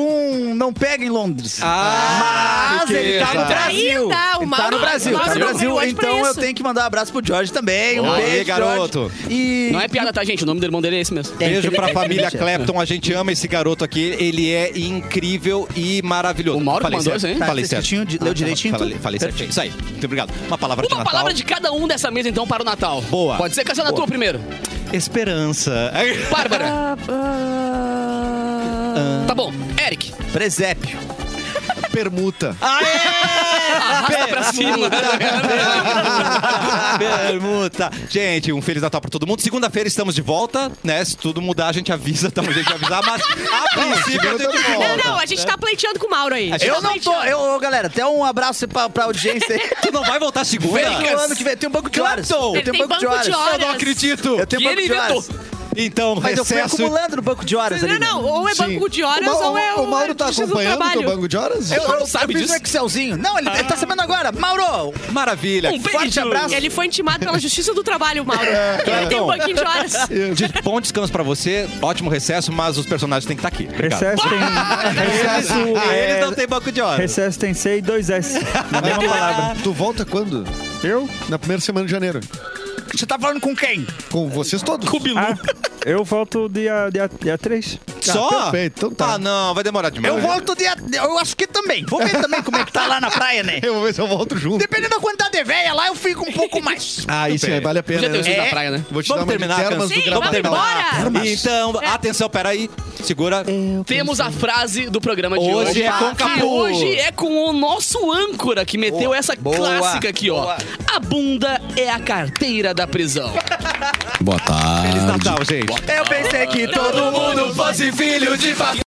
Speaker 6: não pega em Londres.
Speaker 4: Ah,
Speaker 1: Ah,
Speaker 6: Mas ele tá no
Speaker 1: riqueza.
Speaker 6: Brasil.
Speaker 5: Ainda, o
Speaker 6: Ele tá
Speaker 5: Mauro-
Speaker 6: no Brasil,
Speaker 5: Mauro
Speaker 6: tá no
Speaker 5: não
Speaker 6: Brasil.
Speaker 5: veio hoje pra
Speaker 6: Então eu
Speaker 5: isso.
Speaker 6: tenho que mandar um abraço pro Jorge também. Um
Speaker 1: Aê,
Speaker 6: beijo, Jorge.
Speaker 1: garoto.
Speaker 6: E...
Speaker 2: Não é piada, tá, gente? O nome do irmão dele é esse mesmo.
Speaker 1: Beijo pra família
Speaker 6: É.
Speaker 1: Clapton. A gente ama esse garoto aqui. Ele é incrível e maravilhoso.
Speaker 2: O Mauro
Speaker 1: Falei
Speaker 2: mandou
Speaker 1: certo.
Speaker 2: isso, hein?
Speaker 6: Tá,
Speaker 1: Falei
Speaker 6: fez
Speaker 1: certo.
Speaker 6: certinho, de- leu
Speaker 1: tá,
Speaker 6: direitinho,
Speaker 1: Falei,
Speaker 6: tudo?
Speaker 1: falei certinho. Isso aí. Muito obrigado. Uma palavra de
Speaker 2: Uma
Speaker 1: Natal.
Speaker 2: palavra de cada um dessa mesa, então, para o Natal.
Speaker 1: Boa.
Speaker 2: Pode ser Cassiano, a tua primeiro.
Speaker 1: Esperança.
Speaker 2: Bárbara.
Speaker 5: Ah, ah,
Speaker 2: Tá bom. Eric.
Speaker 6: Presépio.
Speaker 4: Permuta.
Speaker 2: Arrasta pra cima.
Speaker 1: Permuta. Gente, um Feliz Natal pra todo mundo. Segunda-feira estamos de volta, né? Se tudo mudar, a gente avisa. Tamo jeito de avisar, mas a princípio... a gente
Speaker 4: Não,
Speaker 5: Não,
Speaker 1: volta.
Speaker 5: não, a gente tá pleiteando com o Mauro aí.
Speaker 1: gente-
Speaker 6: Eu não tô... Eu, ô, galera, até um abraço pra, pra audiência aí.
Speaker 1: Tu não vai voltar segunda?
Speaker 6: Vem que o ano que vem. Tem um banco de horas.
Speaker 1: Clapton!
Speaker 6: Eu
Speaker 5: Ele
Speaker 6: tenho
Speaker 5: tem
Speaker 6: banco de
Speaker 5: banco de
Speaker 6: horas.
Speaker 1: Eu
Speaker 5: horas.
Speaker 1: não acredito!
Speaker 6: Eu tenho um
Speaker 2: Que
Speaker 6: banco
Speaker 2: ele
Speaker 6: de horas.
Speaker 2: inventou.
Speaker 1: Então,
Speaker 9: Mas eu fui
Speaker 1: recesso.
Speaker 9: acumulando
Speaker 6: um
Speaker 9: no banco de horas ali.
Speaker 5: Não,
Speaker 9: né?
Speaker 5: não, ou é banco de horas
Speaker 4: o, Ma-
Speaker 5: ou é o.
Speaker 4: o Mauro tá
Speaker 5: justiça do
Speaker 4: acompanhando o teu
Speaker 5: trabalho.
Speaker 4: banco de horas?
Speaker 6: Eu, eu,
Speaker 2: sabe
Speaker 6: eu fiz
Speaker 2: disso?
Speaker 6: um Excelzinho. Não, ele, ele tá sabendo agora. Mauro,
Speaker 1: Maravilha.
Speaker 2: Um
Speaker 6: forte
Speaker 2: beijo.
Speaker 6: abraço.
Speaker 5: Ele foi intimado pela Justiça do Trabalho, Mauro. Que ele tem um
Speaker 1: Então.
Speaker 5: banquinho de horas.
Speaker 1: De bom descanso pra você, ótimo recesso, mas os personagens têm que estar aqui. Obrigado.
Speaker 7: Recesso tem. Recesso, é,
Speaker 1: Eles não têm banco de horas.
Speaker 7: recesso tem C e dois S. Na mesma palavra.
Speaker 4: é Tu volta quando?
Speaker 7: Eu?
Speaker 4: Na primeira semana de janeiro.
Speaker 6: Você tá falando com quem?
Speaker 4: Com vocês todos.
Speaker 7: Ah, eu volto dia, dia, dia 3.
Speaker 1: Só?
Speaker 4: perfeito, então tá.
Speaker 1: Ah, não, vai demorar demais.
Speaker 6: Eu volto dia. Eu acho que também. Vou ver também como é que tá lá na praia, né?
Speaker 4: Eu vou ver se eu volto junto.
Speaker 6: Dependendo da quantidade de véia lá, eu fico um pouco mais.
Speaker 4: Ah, isso aí, vale a pena.
Speaker 2: Já deu isso
Speaker 4: né?
Speaker 2: da praia, né?
Speaker 4: Vou te
Speaker 1: Vamos
Speaker 4: dar uma
Speaker 1: terminar
Speaker 4: de
Speaker 1: a
Speaker 4: termas
Speaker 1: canção.
Speaker 5: Sim,
Speaker 4: do
Speaker 1: Vamos
Speaker 5: vamos
Speaker 4: gramado.
Speaker 1: terminar.
Speaker 5: embora.
Speaker 1: Então, atenção, peraí. Segura.
Speaker 2: Temos a frase do programa de
Speaker 1: Hoje
Speaker 2: hoje.
Speaker 1: é com
Speaker 2: que
Speaker 1: Capu.
Speaker 2: hoje é com o nosso âncora que meteu
Speaker 9: Boa,
Speaker 2: essa
Speaker 9: boa,
Speaker 2: clássica aqui, ó.
Speaker 9: boa.
Speaker 2: A bunda é a carteira da prisão.
Speaker 1: Feliz Natal, gente.
Speaker 6: Eu pensei que
Speaker 1: Todo mundo fosse filho de papai.